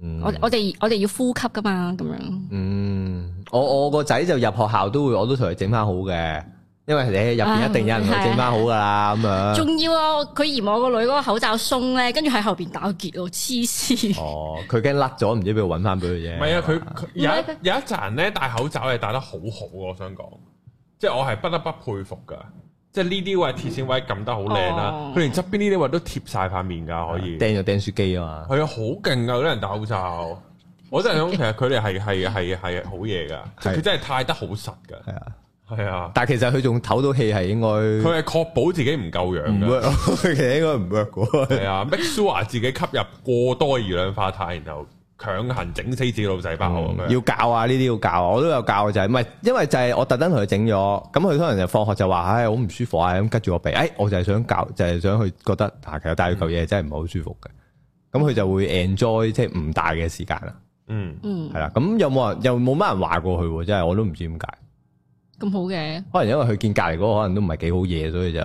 S3: 嗯
S2: 我我哋我哋要呼吸噶嘛，咁樣。
S3: 嗯，我我个仔就入學校都會，我都同佢整翻好嘅，因為你入邊一定有人同佢整翻好噶啦，咁樣。
S2: 仲要啊！佢嫌我個女嗰個口罩鬆咧，跟住喺後邊打結咯，黐線。
S3: 哦，佢驚甩咗，唔知邊度揾翻俾佢啫。
S1: 唔係啊，佢佢有
S2: 唔係佢
S1: 一有一陣咧戴口罩係戴得好好喎，我想講，即係我係不得不佩服㗎。即係呢啲位鐵線位撳得好靚啦
S2: 哦，
S1: 佢連側邊呢啲位都貼晒塊面㗎，可以。
S3: 掟咗釘書機啊嘛。
S1: 係啊，好勁啊！嗰啲人戴口罩，我真係 諗，其實佢哋係係係係好嘢㗎，即係佢真係戴得好實㗎。
S3: 係啊，
S1: 係啊，
S3: 但係其實佢仲唞到氣係應該唔
S1: 佢係確保自己唔夠氧㗎。
S3: work，咯 其實應該唔 work 嘅。
S1: 係啊，make sure 自己吸入過多二氧化碳，然後強行整死自己腦細胞咁樣。
S3: 嗯要教啊！呢啲要教啊！我都有教就係唔係，因為就係我特登同佢整咗，咁佢可能就放學就話：，唉，好唔舒服啊！咁吉住我鼻，唉，我就係想教，就係、想佢覺得啊，其實戴佢嚿嘢真係唔係好舒服嘅。咁佢就會 enjoy 即係唔戴嘅時間啦，
S1: 嗯，
S2: 嗯
S3: 係，啦。咁有冇人又冇乜人話過佢喎？真係我都唔知點解，
S2: 咁好嘅。
S3: 可能因為佢見隔離嗰個可能都唔係幾好嘢，所以就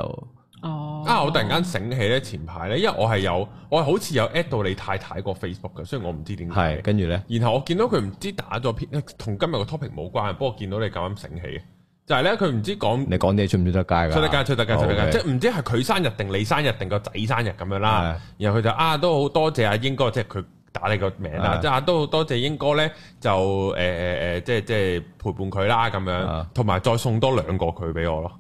S2: 哦。
S1: 啊！我突然間醒起咧，前排咧，因為我係有，我係好似有 at 到你太太個 Facebook 嘅，雖然我唔知點
S3: 係
S1: 解。
S3: 跟住咧，
S1: 然後我見到佢唔知打咗篇，同今日個 topic 冇關，不過見到你咁啱醒起，就係咧佢唔知講
S3: 你講啲嘢出唔出得街㗎？哦
S1: 出得街、出得街、出得
S3: OK
S1: 街，即係唔知係佢生日定你生日定個仔生日咁樣啦。
S3: 哦
S1: 然後佢就啊，都好多謝阿英哥，即係佢打你個名啦
S3: 係，
S1: 即係啊都好多謝英哥咧，就誒誒誒，即係即係陪伴佢啦咁樣
S3: 啊，
S1: 同埋再送多兩個佢俾我咯。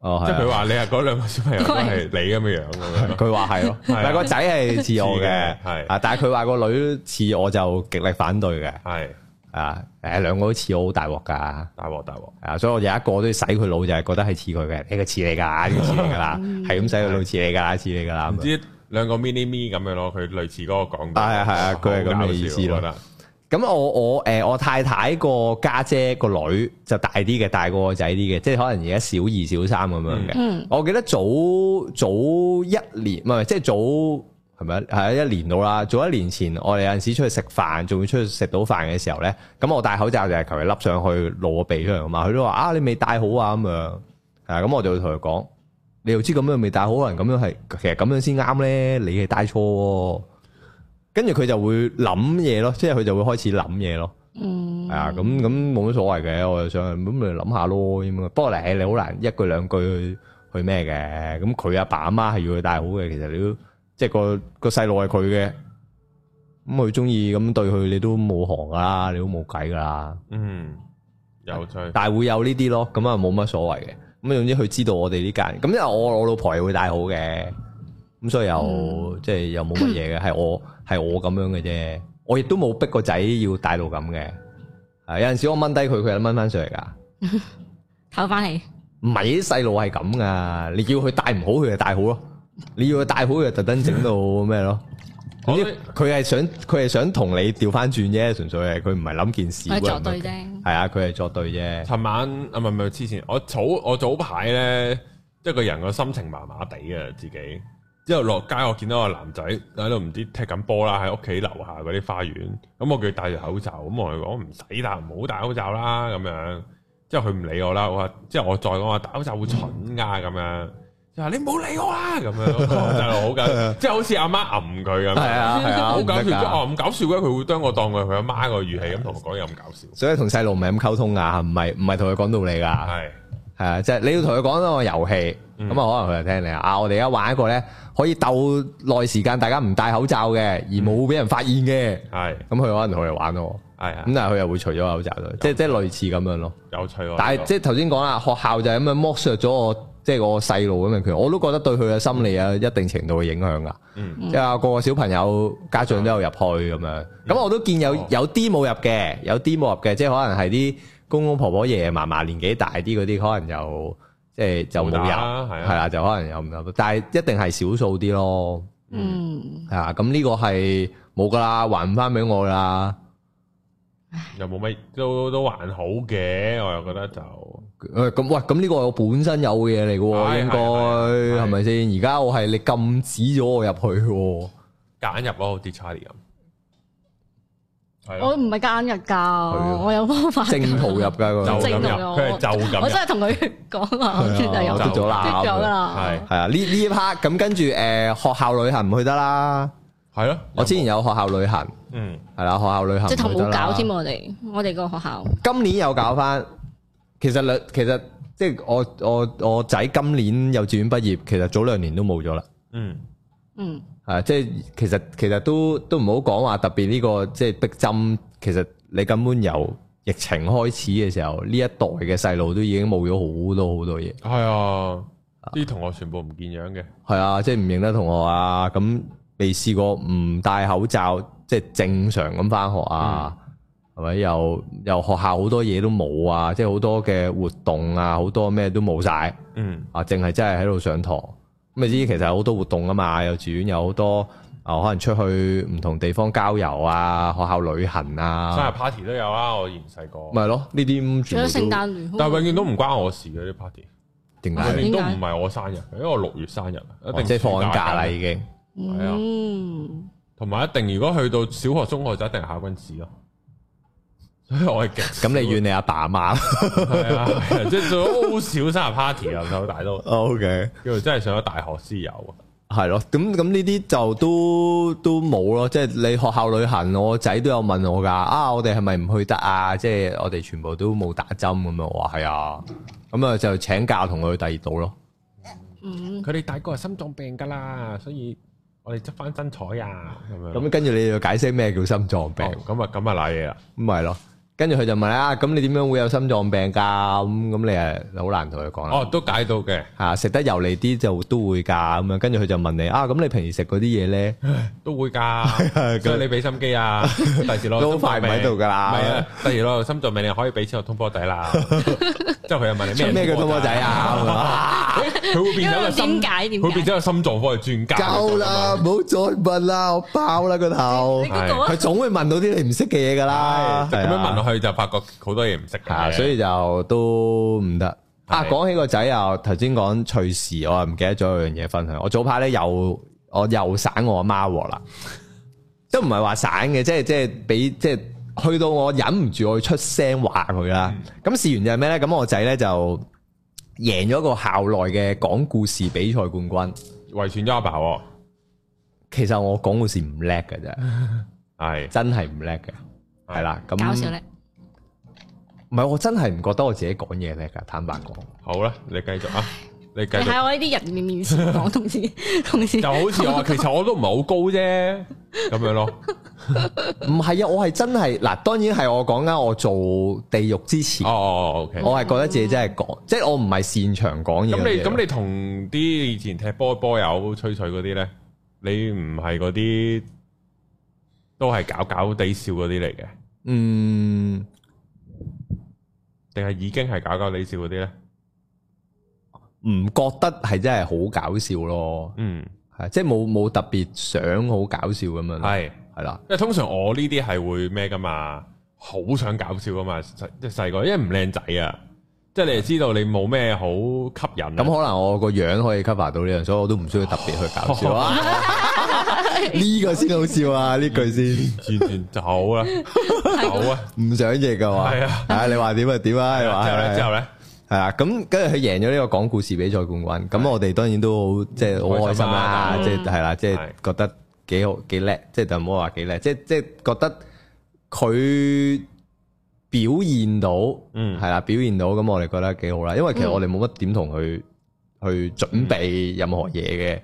S3: 哦，
S1: 即係
S3: 係
S1: 佢
S3: 啊
S1: 話你係嗰兩個小朋友都係你咁樣樣咁樣。
S3: 佢話係咯，
S1: 係啊
S3: 但係個仔係似我嘅，
S1: 係
S3: 啊，但係佢話個女似我就極力反對嘅。
S1: 係
S3: 啊，誒兩個都似我好大鑊㗎，
S1: 大鑊大鑊，
S3: 啊，所以我有一個都要洗佢腦，就係覺得係似佢嘅，呢個似你㗎，呢個似你㗎啦，係咁洗佢腦似你㗎啦，似你㗎啦
S1: 唔
S3: 咁樣。
S1: 知兩個 mini me 咁樣咯，佢類似嗰個講法。
S3: 係啊係啊佢係咁嘅
S1: 好搞笑
S3: 意思咯
S1: 我覺得
S3: 咁我我誒我太太個家姐個女就大啲嘅，大過我仔啲嘅，即係可能而家小二小三咁樣嘅。
S2: 嗯
S3: 我記得早早一年，唔係即係早。係咪係啊一年到啦？早一年前，我哋有陣時出去食飯，仲要出去食到飯嘅時候咧，咁我戴口罩就係求其笠上去露個鼻出嚟嘛。佢都話啊，你未戴好啊咁樣，係啊，咁我就會同佢講，你又知咁樣未戴好，可能咁樣係其實咁樣先啱咧，你係戴錯喎。跟住佢就會諗嘢咯，即係佢就會開始諗嘢咯。
S2: 嗯。
S3: 係啊，咁咁冇乜所謂嘅，我就想咁咪諗下咯咁啊。不過嚟你好難一句兩句去去咩嘅，咁佢阿爸阿媽係要佢帶好嘅，其實你都即係個個細路係佢嘅，咁佢中意咁對佢，你都冇行噶啦，你都冇計噶啦。
S1: 嗯有趣，
S3: 但係會有呢啲咯，咁啊冇乜所謂嘅。咁啊總之佢知道我哋呢間，咁因為我我老婆係會帶好嘅，咁所以又、
S2: 嗯
S3: 即係又冇乜嘢嘅，係我係我咁樣嘅啫。我亦都冇逼個仔要帶到咁嘅。啊，有陣時我掹低佢，佢又掹翻上嚟噶。
S2: 唞翻嚟。
S3: 唔係啲細路係咁噶，你叫佢帶唔好，佢就帶好咯。你要佢帶好，佢就特登整到 咩咯？
S1: 我
S3: 總之佢係想佢係想同你調翻轉啫，純粹係佢唔係諗件事。
S2: 我係作對。啫。
S3: 係啊，佢係作對啫。
S1: 尋晚啊，唔係唔係黐線，我早我早排咧，即係個人個心情麻麻地啊，自己之後落街，我見到個男仔喺度唔知踢緊波啦，喺屋企樓下嗰啲花園，咁我叫佢戴住口罩，咁我同佢講唔使戴，唔好戴口罩啦，咁樣，之後佢唔理我啦，我話之後我再講話戴口罩會蠢㗎，咁樣。就話你唔好理我啦，咁樣就好 緊，即係好似阿媽揞佢咁
S3: 係
S1: 樣，
S3: 啊係啊，
S1: 好
S3: 唔
S1: 搞
S3: 得
S1: 笑。
S3: 㗎
S1: 哦，咁搞笑嘅，佢會將我當佢係佢阿媽個語氣咁同我講嘢，咁搞笑。
S3: 所以同細路唔係咁溝通噶，唔係唔係同佢講道理噶，
S1: 係，
S3: 係啊，即係你要同佢講一個遊戲，
S1: 嗯
S3: 咁啊可能佢就聽你啊。啊我哋而家玩一個咧，可以鬥耐時間，大家唔戴口罩嘅，而冇俾人發現嘅，
S1: 係，
S3: 咁佢可能同佢哋玩咯。
S1: 係啊
S3: 咁。但係佢又會除咗口罩咯，即係即係類似咁樣咯。
S1: 有趣喎！
S3: 但
S1: 呢個
S3: 係即係頭先講啦，學校就係咁樣剝削咗我，即係我細路咁樣權，我都覺得對佢嘅心理有一定程度嘅影響㗎。
S1: 嗯
S3: 即係個個小朋友家長都有入去咁樣，咁我都見有
S1: 哦
S3: 有啲冇入嘅，有啲冇入嘅，即係可能係啲公公婆婆、爺爺嫲嫲年紀大啲嗰啲，可能就即係就冇
S1: 冇打
S3: 入，
S1: 啦係啊
S3: 係啦，就可能有唔入，但係一定係少數啲咯，
S2: 嗯。
S3: 係啊，咁呢個係冇噶啦，還唔翻俾我㗎啦，
S1: 又冇乜，都都還好嘅，我又覺得就
S3: 誒咁喂，咁呢個係我本身有嘅嘢嚟嘅喎，
S1: 係
S3: 應該
S1: 係係
S3: 係咪先？而家我係你禁止咗我入去 喎，
S1: 夾硬入咯，好似 Charlie 咁。係
S2: 我
S1: 咯，
S2: 唔係夾硬入㗎，
S3: 啊
S2: 我有方法㗎。
S3: 正途入㗎
S1: 就
S3: 個
S2: 我。
S1: 咁
S2: 正
S1: 入，
S2: 路咯
S1: 佢係就咁
S2: 我
S1: 入
S2: 真。係同佢講話，我
S3: 係
S2: 真
S3: 啊
S2: 係有
S3: 我
S1: 就
S3: 得咗啦，
S2: 跌咗㗎啦。
S1: 係
S3: 係啊，呢呢一 part 咁跟住誒、呃、學校旅行唔去得啦。
S1: 係咯，
S3: 我之前
S1: 有冇
S3: 有學校旅行，
S1: 嗯
S3: 係啦，學校旅行
S2: 直頭
S3: 唔去得
S2: 冇
S3: 啦
S2: 搞添，我哋我哋個學校
S3: 今年有搞翻，其實兩其實即係我我我仔今年幼稚園畢業，其實早兩年都冇咗啦。
S1: 嗯，
S2: 嗯，
S3: 啊，即係其實其實都都唔好講話特別呢、個即係逼針，其實你根本由疫情開始嘅時候，呢一代嘅細路都已經冇咗好多好多嘢。
S1: 係啊，啲同學全部唔見樣嘅，
S3: 係啊，即係唔認得同學啊，咁未試過唔戴口罩，即係正常咁翻學啊，係咪、又又學校好多嘢都冇啊，即係好多嘅活動啊，好多咩都冇晒。
S1: 嗯
S3: 啊，淨係真係喺度上堂。咁你知其實有好多活動啊嘛，幼稚園有好多啊，可能出去唔同地方郊遊啊，學校旅行
S1: 生日
S3: 啊，
S1: party 都有啊，我以前細個，
S3: 咪係咯呢啲
S2: 除咗
S3: 全
S2: 聖
S3: 部都
S2: 誕聯歡，
S1: 但係永遠都唔關我事嘅啲 party，
S3: 點
S1: 永
S3: 解？
S1: 遠都唔係我生日嘅，因為我六月生日，一
S3: 哦
S1: 定
S3: 即係放緊假啦
S1: 暑
S3: 已經。
S2: Ừ. 嗯，
S1: 同埋一定如果去到小學、中學就一定係考軍試咯。所以我係極
S3: 咁你怨你阿爸阿媽
S1: 係啊，係啊即係做咗好少生日 party 啊，由大都
S3: ？O K，
S1: 叫做真係上咗大學先有啊。
S3: 係咯，咁咁呢啲就都都冇咯，即係你學校旅行，我仔都有問我㗎，啊我哋係咪唔去得啊？即係我哋全部都冇打針咁樣，我話係啊，咁啊就請假同佢去第二度咯。
S2: 嗯，
S1: 佢哋大個係心臟病㗎啦，所以我哋執翻真彩啊咁樣。
S3: 咁跟住你就解釋咩叫心臟病。
S1: 哦咁啊咁啊賴嘢啦，
S3: 咁咪係咯。跟住佢就問啦，啊咁你點樣會有心臟病㗎？咁咁你係好難同佢講啦。
S1: 哦都解到嘅，
S3: 嚇食得油膩啲就都會㗎咁樣。跟住佢就問你啊，咁你平時食嗰啲嘢咧，
S1: 都會 㗎，所以你俾心機啊，第時攞
S3: 都
S1: 心臟
S3: 快唔喺
S1: 病
S3: 度㗎啦
S1: 唔係啊，第時攞心臟病你可以俾錢我通波仔 啦。之後佢又問你咩
S3: 咩叫通波仔？啊？
S1: 佢會變咗一個
S2: 因為
S1: 心
S2: 點解點解
S1: 佢變咗一個心臟科嘅專家。
S3: 夠啦，唔好再問啦，我爆啦個頭
S2: 你。嗰個
S3: 佢
S2: 啊
S3: 總會問到啲你唔識嘅嘢㗎啦。
S1: 就咁
S3: 係
S1: 樣
S3: 啊
S1: 問落去就發覺好多嘢唔識
S3: 啊，
S1: 嘅，
S3: 所以就都唔得。啊，
S1: 係
S3: 講起個仔啊，頭先講趣事，我唔記得咗有樣嘢分享。我早排咧又我又散我阿媽鑊啦，都唔係話散嘅，即係即係俾即係去到我忍唔住我要出聲話佢啦。
S1: 嗯
S3: 咁事完就係咩咧？咁我仔咧就贏咗個校內嘅講故事比賽冠軍。
S1: 遺傳咗阿爸喎，
S3: 其實我講故事唔叻嘅啫，
S1: 嗯係
S3: 真係唔叻嘅，係啦。咁
S2: 搞笑咧，
S3: 唔係我真係唔覺得我自己講嘢叻㗎，坦白講。
S1: 好啦，你繼續啊，你繼
S2: 你
S1: 續。
S2: 喺我呢啲人面面前講，同時同時
S1: 就好似我話，其實我都唔係好高啫，咁樣咯。
S3: 唔係啊，我係真係嗱，當然係我講緊我做地獄之前，
S1: 哦哦哦，OK。
S3: 我係覺得自己真係講，即係我唔係擅長講嘢嘅
S1: 咁
S3: 嘢
S1: 你
S3: 咯。
S1: 咁你同啲以前踢波波友吹水嗰啲咧，你唔係嗰啲都係搞搞地笑嗰啲嚟嘅，
S3: 嗯，
S1: 定係已經係搞搞地笑嗰啲咧？
S3: 唔覺得係真係好搞笑咯，
S1: 嗯，
S3: 係即係冇冇特別想好搞笑咁樣咯，
S1: 係。
S3: 係啦，
S1: 因為通常我呢啲係會咩噶嘛，好想搞笑噶嘛，細即係細個，因為唔靚仔啊，即係你係知道你冇咩好吸引啊。
S3: 咁可能我個樣可以 cover 到呢樣，所以我都唔需要特別去搞笑
S1: 哦
S3: 啊。 呢個先好笑啊！呢句先
S1: 轉轉就好 啦，好啊，
S3: 唔想嘢噶嘛，
S1: 係啊，
S3: 你話點就點啊，
S1: 之
S3: 你話
S1: 後咧之後咧，
S3: 系啦，咁跟住佢贏咗呢個講故事比賽冠軍，咁我哋當然都好即係好開心啦，
S1: 開
S3: 即
S2: 心
S3: 係
S2: 啊
S3: 係啦，即係
S1: 係
S3: 覺得幾好幾叻，即係就唔好話幾叻，即係即係覺得佢表現到，
S1: 嗯
S3: 係啦，表現到，咁我哋覺得幾好啦，因為其實我哋冇乜點同佢去準備任何嘢嘅，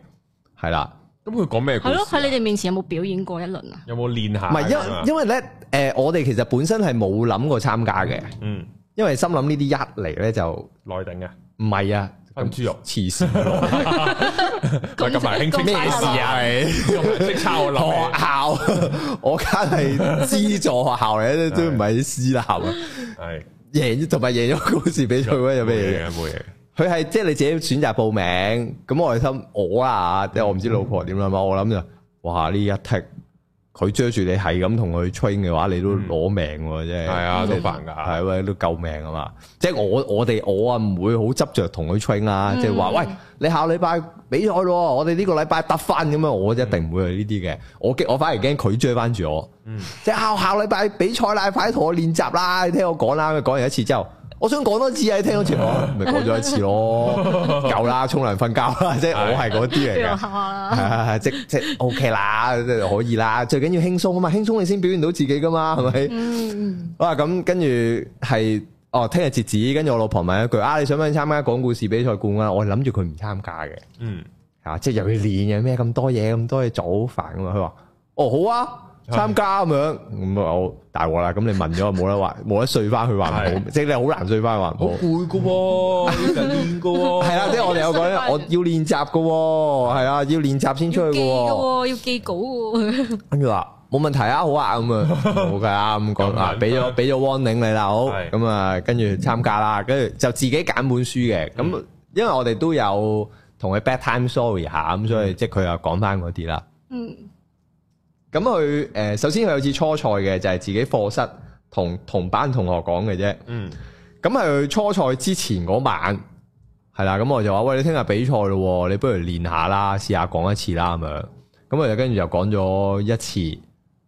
S3: 係啦，
S1: 咁佢講咩故
S2: 係
S1: 事
S2: 咯，喺
S1: 啊？
S2: 你哋面前有冇表演過一輪啊？
S1: 有冇練下
S3: 唔
S1: 咁樣
S3: 係
S1: 啊？
S3: 因因為咧，诶，我哋其實本身係冇諗過參加嘅，
S1: 嗯，
S3: 因為心諗呢啲一嚟咧就唔
S1: 內定嘅
S3: 係啊，
S1: 分豬肉，
S3: 黐線嘅咯。
S1: 喂咁埋興趣
S2: 咁
S1: 咩
S2: 快樂
S1: 事 啊？
S3: 你？
S1: 你識抄我
S3: 學
S1: 諗起
S3: 校， 我間係資助學 校嚟，都唔係啲私立啊。
S1: 係
S3: 贏同埋贏咗故事比賽嗰啲 有咩嘢？
S1: 冇嘢嘅冇嘢嘅，
S3: 佢係即係你自己選擇報名，咁我哋心我啦，
S1: 嗯
S3: 即係我唔知老婆點諗啊。我諗就哇呢一剔，佢追住你係咁同佢 train 嘅話，你都攞命喎，真係。
S1: 嗯係啊，
S3: 即
S1: 都
S3: 係
S1: 煩㗎。
S3: 係喂，都救命啊嘛！即係我我哋我啊唔會好執着同佢 train 啦，即係話喂你下禮拜比賽咯，我哋呢個禮拜得翻咁樣，我一定唔會係呢啲嘅。我驚我反而驚佢追翻住我，
S1: 嗯
S3: 即係啊下下禮拜比賽啦，快啲同我練習啦，你聽我講啦。佢講完一次之後，我想講多次啊，你聽多
S1: 嗯
S3: 次我咪講咗一次 咯，夠啦，沖涼瞓覺啦，即係我係嗰啲
S2: 不如
S3: 嚟
S2: 下
S3: 嘅。
S2: 下啦，
S3: 啊即即 OK 啦，即係可以啦，最緊要輕鬆啊嘛，輕鬆你先表現到自己噶嘛，係咪？
S2: 嗯，
S3: 哇！咁跟住係哦，聽日截止，跟住我老婆問一句啊，你想唔想參加講故事比賽冠軍？我係諗住佢唔參加嘅，
S1: 嗯，
S3: 啊，即係又要練嘅咩咁多嘢，咁多嘢做好煩噶嘛。佢話：哦，好啊，
S1: 係
S3: 參加咁樣，咁啊，我大鑊啦。咁你問咗，冇得話，冇得碎翻佢話唔好，
S1: 係
S3: 即係你好難碎翻話唔
S1: 好
S3: 好。
S1: 攰噶喎，要成練噶 喎，
S3: 係啦，即係我哋有講咧，我要練習噶喎，係啊，要練習先
S2: 要
S3: 出
S2: 記
S3: 去噶
S2: 嘅
S3: 喎。
S2: 喎，要記稿嘅喎，
S3: 跟住話冇問題啊，好啊咁啊，冇噶啦咁講啊，俾咗俾咗 warning 你啦，好
S1: 係
S3: 咁啊，跟住參加啦，跟住就自己揀本書嘅，咁因為我哋都有同佢 bedtime story 下，咁所以即係佢又講翻嗰啲啦。
S2: 嗯，
S3: 咁佢誒首先佢有次初賽嘅，就係自己課室同同班同學講嘅啫。
S1: 嗯，
S3: 咁係佢呃初賽之前嗰晚，係啦，咁我就話喂，你聽日比賽咯喎，你不如練下啦，試下講一次啦咁樣。咁我就跟住就講咗一次，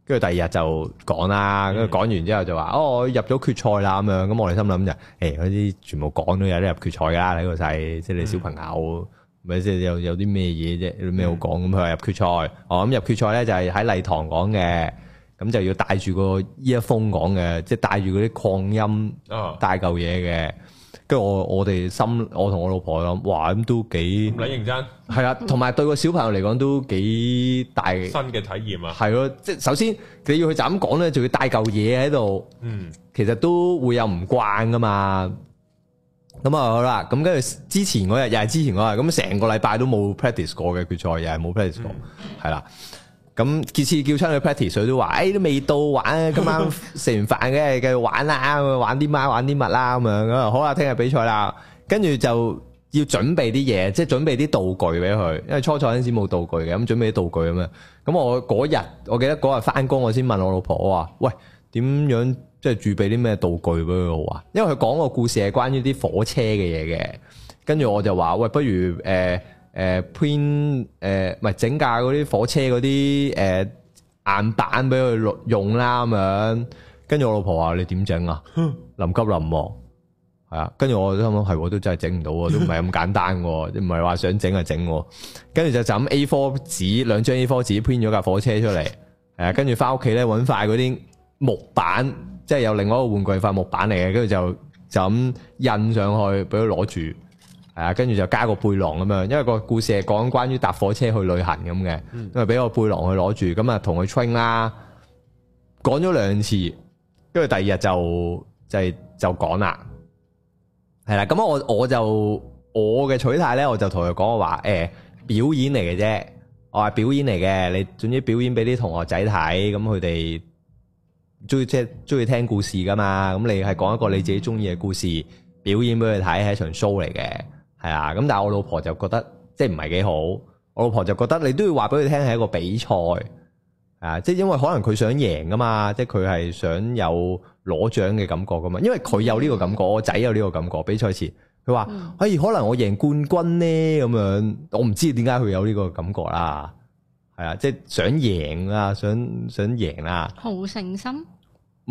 S3: 跟住第二日就講啦，跟住講完之後就話哦，我入咗決賽啦咁樣。咁我哋心諗就誒嗰啲全部講都有得入決賽㗎啦，你個細即係你小朋友。咪即係有有啲咩嘢啫，有咩好講咁？佢話入決賽，哦咁入決賽咧就係喺禮堂講嘅，咁就要帶住個 earphone 講嘅，即係帶住嗰啲擴音
S1: 啊，
S3: 帶嚿嘢嘅。跟住我我哋心，我同我老婆諗，哇咁都
S1: 唔
S3: 幾
S1: 撚認真，
S3: 係啦，同埋對個小朋友嚟講都幾大，
S1: 新嘅體驗啊，
S3: 係咯。即係首先你要佢就咁講咧，就要帶嚿嘢喺度，
S1: 嗯，
S3: 其實都會有唔慣噶嘛。咁啊好啦，咁跟住之前嗰日又係之前嗰日，咁成個禮拜都冇 practice 過嘅決賽，又係冇 practice 過，係啦、咁次次叫親佢 practice，佢都話：，誒、哎都未到玩 啊，今晚食完飯嘅，繼續玩啦，玩啲乜玩啲乜啦，咁樣咁啊，好啦，聽日比賽啦，跟住就要準備啲嘢，即係準備啲道具俾佢，因為初賽嗰陣時冇道具嘅，咁準備啲道具咁樣。咁我嗰日，我記得嗰日翻工，我先問我老婆，我話：，喂，點樣即係預備啲咩道具俾佢好啊？因為佢講個故事係關於啲火車嘅嘢嘅。跟住我就話喂，不如誒誒 print 呃誒，唔係整架嗰啲火車嗰啲誒硬板俾佢用用啦咁樣。跟住我老婆話：你點整啊？臨急臨忙係啊。跟住我心諗係喎，都真係整唔到喎，都唔係咁簡單喎，唔係話想整就整喎。跟住就就咁 A4 紙兩張 A4 紙 print 咗架火車出嚟，係啊。跟住翻屋企咧揾塊嗰啲木板，即係有另外一個玩具塊木板嚟嘅，跟住就就咁印上去俾佢攞住。係啊，跟住就加個背囊咁樣，因為個故事係講關於搭火車去旅行咁嘅，因為俾個背囊佢攞住，咁啊同佢 train 啦，講咗兩次，跟住第二日就就係就講啦，係啦，咁我我就我嘅取態咧，我就同佢講我話誒表演嚟嘅啫，我話表演嚟嘅，你總之表演俾啲同學仔睇，咁佢哋中意即係中意聽故事噶嘛，咁你係講一個你自己中意嘅故事表演俾佢睇，係一場 show 嚟嘅，係啊。咁但係我老婆就覺得即係唔係幾好，我老婆就覺得你都要話俾佢聽係一個比賽，啊，即係因為可能佢想贏噶嘛，即係佢係想有攞獎嘅感覺噶嘛，因為佢有呢個感覺，我仔有呢個感覺，比賽前佢話。
S2: 嗯
S3: 哎，可能我贏冠軍呢，咁樣，我唔知點解佢有呢個感覺啦，係啊，即係想贏啊，想想贏啦，
S2: 好誠心，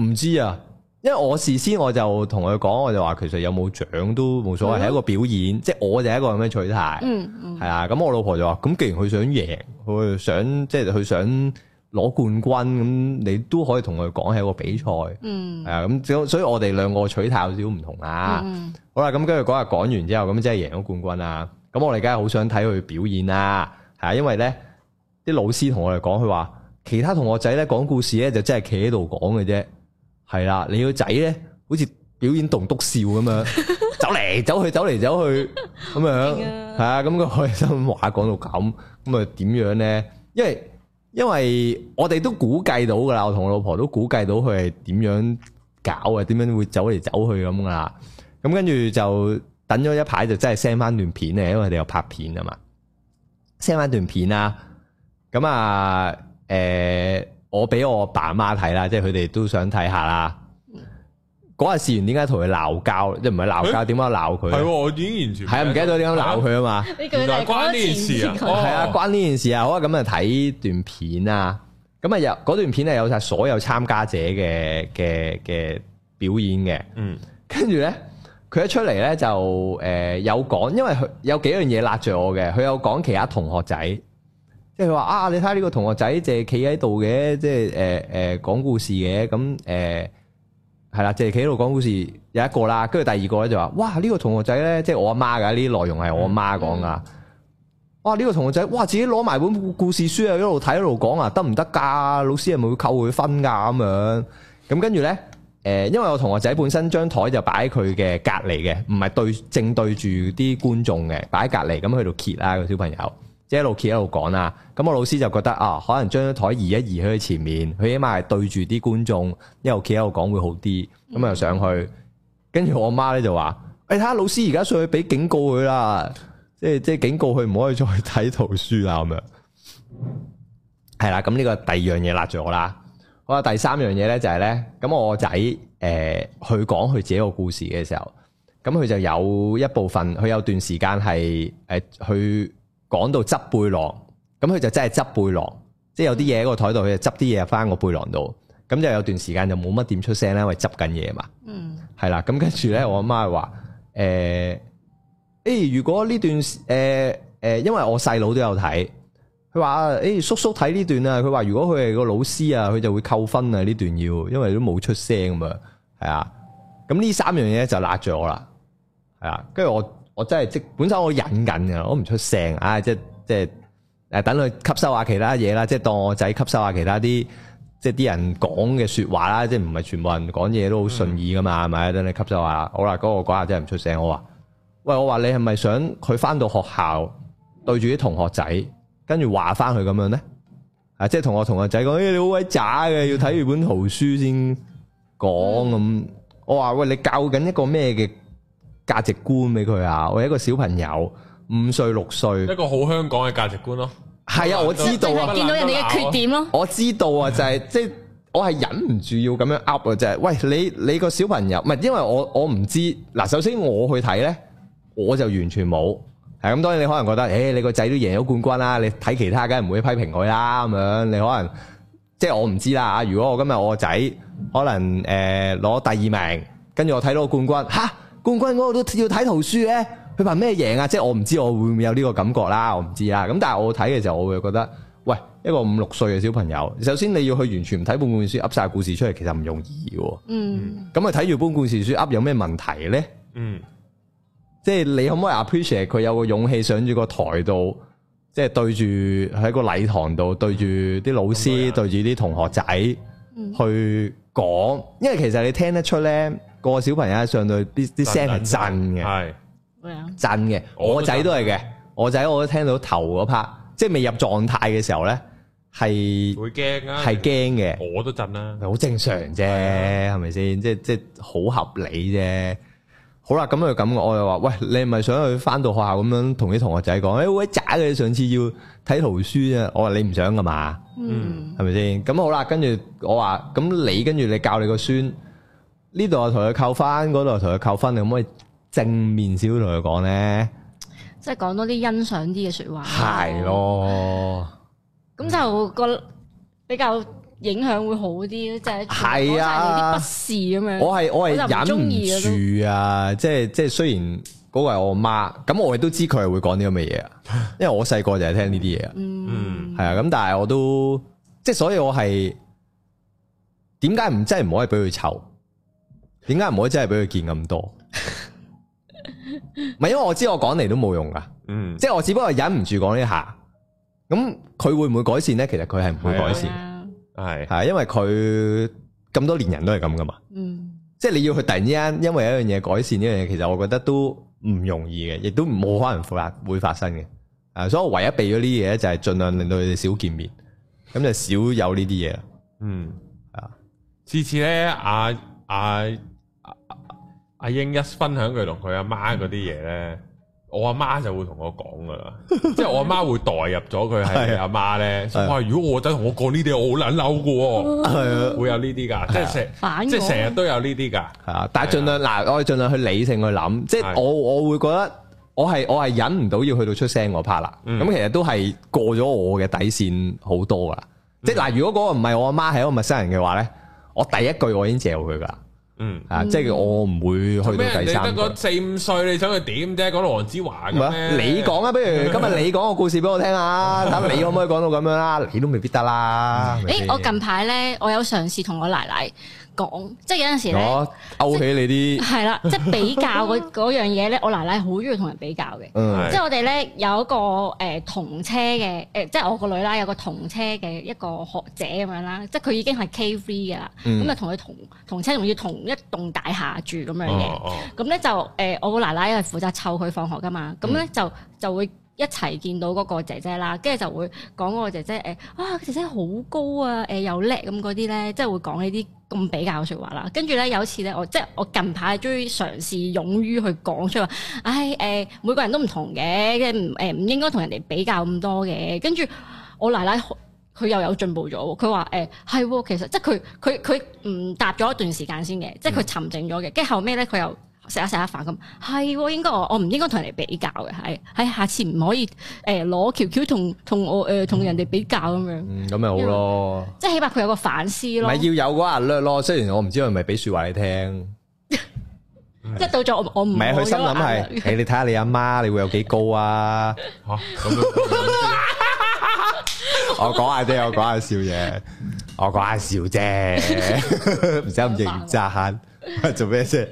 S3: 唔知啊，因為我事先我就同佢講，我就話其實有冇獎都冇
S2: 係
S3: 所謂，
S2: 咯
S3: 係一個表演，即係我就係一個咁嘅取態，
S2: 嗯嗯
S3: 係啊，咁我老婆就話：咁既然佢想贏，佢想即係佢想攞冠軍，咁你都可以同佢講係一個比賽，係
S2: 嗯
S3: 啊，咁所以我哋兩個取態有少少唔同啦。
S2: 嗯
S3: 好啦，咁跟住嗰日講完之後，咁即係贏咗冠軍啦。咁我哋梗係好想睇佢表演啦，係啊，因為咧啲老師同我哋講，佢話其他同學仔咧講故事咧就真係企喺度講嘅啫，係啦，你個仔咧好似表演棟篤笑咁樣，走嚟走去，走嚟走去咁樣，
S2: 嗯
S3: 係啊，咁佢開心話講到咁，咁啊點樣咧？因為因為我哋都估計到噶啦，我同我老婆都估計到佢係點樣搞嘅，點樣會走嚟走去咁噶啦。咁跟住就等咗一排，就真係 send 翻段片嚟，因為佢哋有拍片啊嘛，send 翻段片啦。咁啊，诶、我俾我爸媽睇啦，即係佢哋都想睇下啦。嗰日試完點解同佢鬧交？即係唔係鬧交？點解鬧佢
S1: 係喎，
S3: 呢？
S1: 我已經完全
S3: 係啊，唔記得咗點解鬧佢啊嘛。
S2: 呢句
S1: 原來關呢件事啊
S2: 你講前
S1: 哦
S2: 佢
S3: 係啊，關呢件事啊，好啊，咁啊睇段片啊，咁啊有嗰段片係有晒所有參加者嘅嘅嘅表演嘅。
S1: 嗯，
S3: 跟住咧，佢一出嚟咧就誒、呃有講，因為佢有幾樣嘢揦住我嘅，佢有講其他同學仔，即係佢話啊，你睇下呢個呃同學仔就係企喺度嘅，即係誒誒講故事嘅，咁誒呃係啦，謝企喺度講故事有一個啦，跟住第二個咧就話：，哇！呢、個同學仔咧，即係我阿媽㗎，呢啲內容係我阿媽講噶。哇！呢、個同學仔，哇！自己攞埋本故事書啊，一路睇一路講啊，得唔得㗎？老師係咪會扣佢分㗎？咁樣咁跟住咧，誒、因為我同學仔本身張台就擺喺佢嘅隔離嘅，唔係對正對住啲觀眾嘅，擺喺隔離咁喺度揭啦個小朋友。即係一路揭一路講啦。咁我老師就覺得啊，可能將台移一移去前面，佢起碼係對住啲觀眾一路揭一路講會好啲。咁又上去，跟住我媽咧就話：，你睇下老師而家上去俾警告佢啦，即係即係警告佢唔可以再睇圖書啊啦咁樣。係啦，咁呢個第二樣嘢辣住我啦。好啦，第三樣嘢咧就係、咧，咁我仔誒、呃去講佢自己個故事嘅時候，咁佢就有一部分，佢有段時間係誒去講到執背囊，咁佢就真係執背囊，即係有啲嘢喺個台度，佢就執啲嘢入翻個背囊度，咁就有段時間就冇乜點出聲啦，因為執緊嘢嘛。
S2: 嗯，
S3: 係啦，咁跟住咧，我阿媽話：誒、欸，如果呢段誒誒、欸欸因為我細佬都有睇，佢話：誒、欸叔叔睇呢段啊，佢話如果佢係個老師啊，佢就會扣分啊呢段要，因為都冇出聲咁啊，係啊，咁呢三樣嘢就辣咗我啦，係啊，跟住我我真係即本身我忍緊嘅，我唔出聲，啊，即即誒等佢吸收下其他嘢啦，即係當我仔吸收下其他啲。即係啲人講嘅説話啦，即係唔係全部人講嘢都好順意噶嘛，係咪、等你吸收下，好啦，嗰、個嗰下真係唔出聲，我話：喂，我話你係咪想佢翻到學校對住啲同學仔，跟住話翻佢咁樣呢？啊，即係同我同學仔講：，誒、你好鬼渣嘅，要睇住本圖書先講咁。我話：喂，你教緊一個咩嘅價值觀俾佢啊？我一個小朋友五歲六歲
S1: 一，個好香港嘅價值觀咯。
S3: 係啊，我知道
S2: 淨
S3: 啊
S2: 係。見到人哋嘅缺點咯，
S3: 我知道啊，就係、即係我係忍唔住要咁樣 up 啊，就係、喂你你個小朋友唔係因為我我唔知嗱，首先我去睇呢，我就完全冇係咁。當然你可能覺得，誒、你個仔都贏咗冠軍啦，你睇其他梗係唔會批評佢啦咁樣。你可能即係我唔知啦啊。如果我今日我個仔可能誒攞、第二名，跟住我睇到個冠軍吓冠軍嗰個都要睇圖書呢，佢憑咩贏啊？即係我唔知我會唔會有呢個感覺啦，我唔知啦。咁但係我睇嘅時候，我會覺得。喂，一個五六歲嘅小朋友，首先你要去完全唔睇本故事書，噏晒故事出嚟，其實唔容易嘅喎。
S2: 嗯，
S3: 咁啊睇住本故事書噏有咩問題呢？
S1: 嗯，
S3: 即係你可唔可以 appreciate 佢有個勇氣上住個台度，即係對住喺個禮堂度對住啲老師，
S1: 咁多
S3: 對住啲同學仔
S2: 嗯
S3: 去講，因為其實你聽得出呢個小朋友喺上到啲啲聲係震嘅。
S1: 係
S3: 嗯
S2: 會啊，
S3: 真嘅，我仔都係嘅，我仔我都聽到頭嗰 part，即係未入狀態嘅時候呢，係
S1: 會驚啊，
S3: 係驚
S1: 我都震啦。
S3: 嘅，好正常啫，係咪先？即係即係好合理啫。好啦，咁佢咁，我又話：喂，你係咪想佢翻到學校咁樣同啲同學仔講？誒、哎，喂，渣嘅，上次要睇圖書啊！我話你唔想噶嘛，
S2: 嗯，
S3: 係咪先？咁好啦，跟住我話：咁你跟住你教你個孫呢度又同佢扣分，嗰度又同佢扣分，你可唔可以正面少少同佢講呢？
S2: 即係講多啲欣賞啲嘅説話，
S3: 係，咯，
S2: 咁就個比較影響會好啲，即係
S3: 係啊
S2: 講晒你啲不是咁樣，
S3: 我係我
S2: 我就唔
S3: 係
S2: 中意嘅都
S3: 忍唔住啊！即係即係，雖然嗰個係我媽，咁我亦都知佢係會講啲咁嘅 嘢啊，因為我細個就係聽呢啲嘢啊，
S2: 嗯
S1: 嗯
S3: 係啊，咁但係我都即係，所以我係點解唔真係唔可以俾佢湊？點解唔可以真係俾佢見咁多？ 唔係因為我知我講嚟都冇用噶，
S1: 嗯，
S3: 即係我只不過忍唔住講呢下，咁佢會唔會改善呢？其實佢係唔會改
S2: 係
S3: 善，
S2: 啊，
S1: 係
S3: 係因為佢咁多年人都係咁噶嘛。
S2: 嗯，
S3: 即係你要去突然之間因為一樣嘢改善呢樣嘢，其實我覺得都唔容易嘅，亦都冇可能發會發生嘅。啊，所以我唯一避咗呢啲嘢咧，就係盡量令到佢哋少見面，咁就少有 呢啲嘢啦。
S1: 嗯
S3: 啊，
S1: 次次咧阿阿阿阿英一分享佢同佢阿媽嗰啲嘢咧，我阿媽就會同我講 噶啦，即係我阿媽會代入咗佢係阿媽咧。
S3: 係啊
S1: 哇！如果我仔同我講呢啲，我好撚嬲噶
S3: 係啊
S1: 喎，會有呢啲噶，即係
S2: 反
S1: 成
S2: 我
S1: 即係成日都有呢啲噶。
S3: 係啊，但係盡量嗱，我哋盡量去理性去諗，即係
S1: 係
S3: 我我會覺得我係我係忍唔到要去到出聲嗰 part 啦。
S1: 嗯
S3: 咁其實都係過咗我嘅底線好多噶啦。即係嗱，如果嗰個唔係我阿媽係一個陌生人嘅話咧，我第一句我已經嚼佢噶啦，
S1: 嗯，
S3: 啊，即係我唔會去
S1: 咩
S3: 到
S1: 人
S3: 第
S1: 哋
S3: 三
S1: 得
S3: 句。
S1: 嗰四五歲，你想佢點啫？講到黃子華
S3: 唔係
S1: 咁
S3: 啊
S1: 咧，
S3: 你講啊，不如今日你講個故事俾我聽啊，睇下你可唔可以講到咁樣啦？你都未必得啦。係咪
S2: 誒，
S3: 先
S2: 我近排咧，我有嘗試同我奶奶講，即係有陣時咧。
S3: 我勾起你啲
S2: 系啦，即係比較嗰嗰樣嘢咧，我奶奶好中意同人比較嘅。
S3: 嗯
S1: 係
S2: 即係我哋咧有一個诶同車嘅诶，即係我個女啦，有個同車嘅一個學者咁樣啦，即係佢已經係 K three 嘅啦，
S3: ừ, 嗯
S2: 咁啊同佢同同車，仲要同一棟大廈住咁樣嘅。
S1: 哦
S2: 咁咧就誒、呃我個奶奶係負責湊佢放學噶嘛，咁咧、就就會一齊見到嗰個姐姐啦，跟住就會講嗰個姐姐誒、呃，啊姐姐好高啊，誒、又叻咁嗰啲咧，即係會講呢啲咁比較嘅説話啦。跟住咧有一次咧，我即係我近排終於嘗試勇於去講出話，唉誒、呃每個人都唔同嘅，跟住唔誒唔應該同人哋比較咁多嘅。跟住我奶奶好。佢又有進步咗喎，佢話誒係喎，其實即係佢佢佢唔答咗一段時間先嘅，即係佢沉靜咗嘅，跟住後尾咧佢又食下食下飯咁，係喎，應該我我唔應該同人哋比較嘅，係係下次唔可以誒攞喬喬同同我誒同人哋比較咁樣，
S3: 嗯咁咪好咯。
S2: 即係起碼佢有個反思咯
S3: 咪，要有嗰壓略咯，雖然我唔知佢係咪俾説話你聽，
S2: 即係到咗我我唔
S3: 唔係佢心諗
S2: 我
S3: 係，誒你睇下你阿媽，你會有幾高啊？
S1: 哦，吓咁樣
S3: 我講下啫，我講下笑嘢，我講下笑啫，唔使咁認真做咩啫？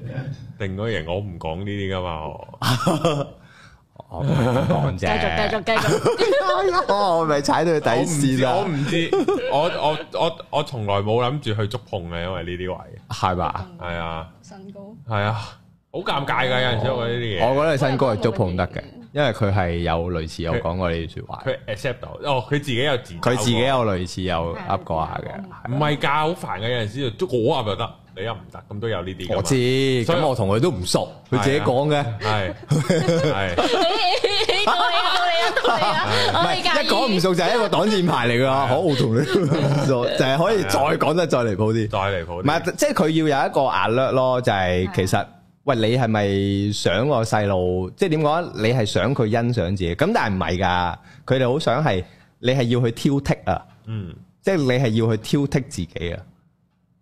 S1: 定咗型，我唔講呢啲噶嘛。我
S3: 我講啫，
S2: 繼續繼續繼 續，
S3: 哦，我咪踩到佢底
S1: 我唔
S3: 線
S1: 知，我
S3: 啦，
S1: 唔知，我我我我從來冇諗住去觸碰嘅，因為呢啲位
S3: 係嘛？
S1: 係啊
S2: 身高
S1: 係啊，好尷尬㗎，有
S3: 哦
S1: 陣時我覺得呢啲嘢。
S3: 我覺得佢身高係觸碰得嘅，因為佢係有類似有講過呢啲説話，
S1: 佢 accept 到，哦，佢自己有自，
S3: 佢自己有類似有噏過下嘅。
S1: 唔係㗎，好煩嘅，有陣時就我噏又得，你噏唔得，咁都有呢啲㗎嘛。
S3: 我知，咁我同啊佢都唔熟，佢自己講嘅。
S1: 係，係 係
S2: 到你啊到你啊到你啊，
S3: 唔
S2: 我
S3: 係
S2: 未介
S3: 一講唔熟就係一啊個擋箭牌嚟噶，可我同你都唔 熟，就係可以再講得再離譜啲。
S1: 再離譜啲。
S3: 唔係，啊即係佢要有一個壓略咯，就係、其實喂，你係咪想個細路，即係點講？啊你係想佢欣賞自己，咁但係唔係㗎，佢哋好想係你係要去挑剔啊，
S1: 嗯，
S3: 即係你係要去挑剔自己啊，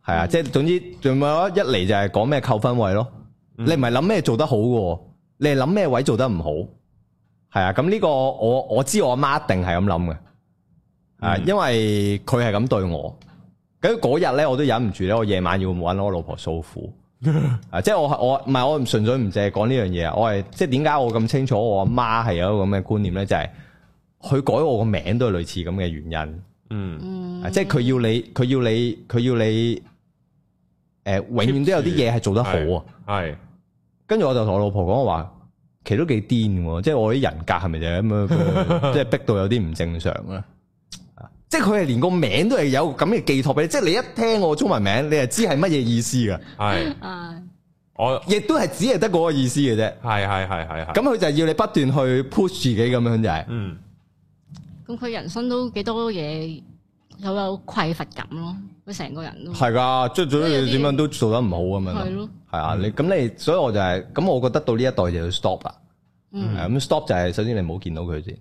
S3: 係啊，即係總之仲有一嚟就係講咩扣分位咯，你唔係諗咩做得好嘅喎，你係諗咩位做得唔好，係啊，咁呢個我我知我阿媽一定係咁諗嘅，啊，
S1: 嗯
S3: 因為佢係咁對我。咁嗰日咧，我都忍唔住咧，我夜晚要揾我老婆訴苦。啊，即係我我唔係我唔純粹唔淨係講呢樣嘢啊，我係即係點解我咁清楚我阿媽係有一個咁嘅觀念咧，就係、佢改我個名都係類似咁嘅原因，
S1: 嗯，
S2: 嗯
S3: 啊即係佢要你佢要你佢要你誒、呃永遠都有啲嘢係做得好啊。
S1: 係
S3: 跟住我就同我老婆講我話，其實都幾癲喎，即係我啲人格係咪就係咁 樣，即係逼到有啲唔正常啊！即係佢係連個名都係有咁嘅寄託俾你，即係你一聽我中文名，你係知係乜嘢意思噶，
S1: 係，
S2: 啊
S1: 我
S3: 亦都係只係得嗰個意思嘅啫。
S1: 係係係係係。
S3: 咁佢就要你不斷去 push 自己咁樣就係、
S1: 嗯，
S2: 咁佢人生都幾多嘢，有有匱乏感咯，佢成個人都
S3: 係噶，即係總之你點樣都做得唔好咁樣
S2: 係
S3: 咯。
S2: 咯，
S3: 係啊，你咁你，所以我就係、咁，我覺得到呢一代就要 stop 啦。
S2: 嗯
S3: 啊係咁 stop 就係首先你唔好見到佢先，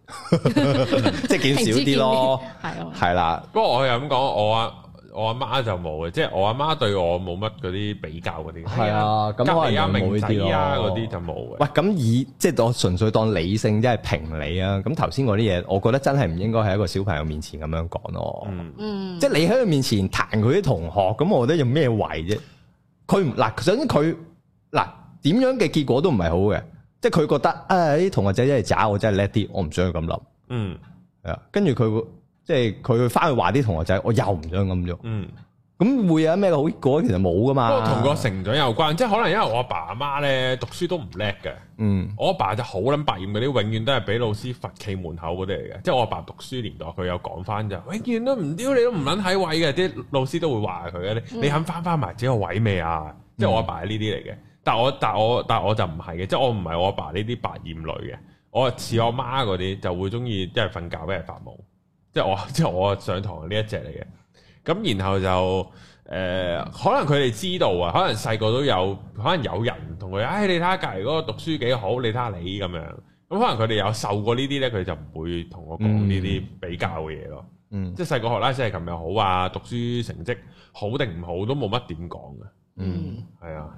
S3: 即係見少啲咯。
S2: 係啊咯，
S3: 係啦，
S1: 不過我又咁講，我阿我阿媽就冇嘅，即係我阿媽對我冇乜嗰啲比較嗰啲。
S3: 係啊咁
S1: 隔
S3: 可能
S1: 離
S3: 就
S1: 啊、
S3: 冇
S1: 明
S3: 呢
S1: 仔
S3: 啲咯
S1: 啊嗰啲就冇嘅。
S3: 喂，咁以即係我純粹當理性，即係評理啊。咁頭先嗰啲嘢，我覺得真係唔應該喺一個小朋友面前咁樣講咯。
S1: 嗯，
S2: 嗯，
S3: 即係你喺佢面前彈佢啲同學，咁我覺得有咩為啫？佢唔嗱，首先佢嗱點樣嘅結果都唔係好嘅，即係佢覺得啊啲同學仔真係渣，我真係叻啲，我唔想佢咁諗。
S1: 嗯
S3: 係啊，跟住佢會即係佢翻去話啲同學仔，我又唔想咁做。
S1: 嗯，
S3: 咁會有咩好結果？其實冇噶
S1: 不過
S3: 嘛。
S1: 同個成長有關，即係可能因為我阿爸阿媽咧讀書都唔叻嘅。
S3: 嗯
S1: 我阿爸就好撚百厭嗰啲，永遠都係俾老師罰企門口嗰啲嚟嘅。即係我阿爸讀書年代，佢有講翻就，永遠都唔屌你都唔撚喺位嘅，啲老師都會話佢嘅。你你肯翻翻埋自己個位未啊？即係我阿爸係呢啲嚟嘅。但我但我但我就唔係嘅，即係我唔係我阿爸呢啲百厭類嘅。我似我媽嗰啲就會中意一係瞓覺一係發夢，即係我 即係我上堂呢一隻嚟嘅。咁然後就。誒、可能佢哋知道啊，可能細個都有，可能有人同佢，唉、你睇下隔離嗰個讀書幾好，你睇下你咁樣。咁可能佢哋有受過呢啲咧，佢就唔會同我講呢啲比較嘅嘢咯。
S3: 嗯
S1: 即係細個學拉西係琴日好啊，讀書成績好定唔好都冇乜點講嘅，
S3: 嗯，
S1: 係啊。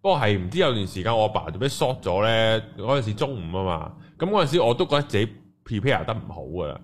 S1: 不過係唔知有段時間我阿爸就俾 short 咗咧，嗰陣時中午啊嘛，咁嗰陣時我都覺得自己 prepare 得唔好噶啦。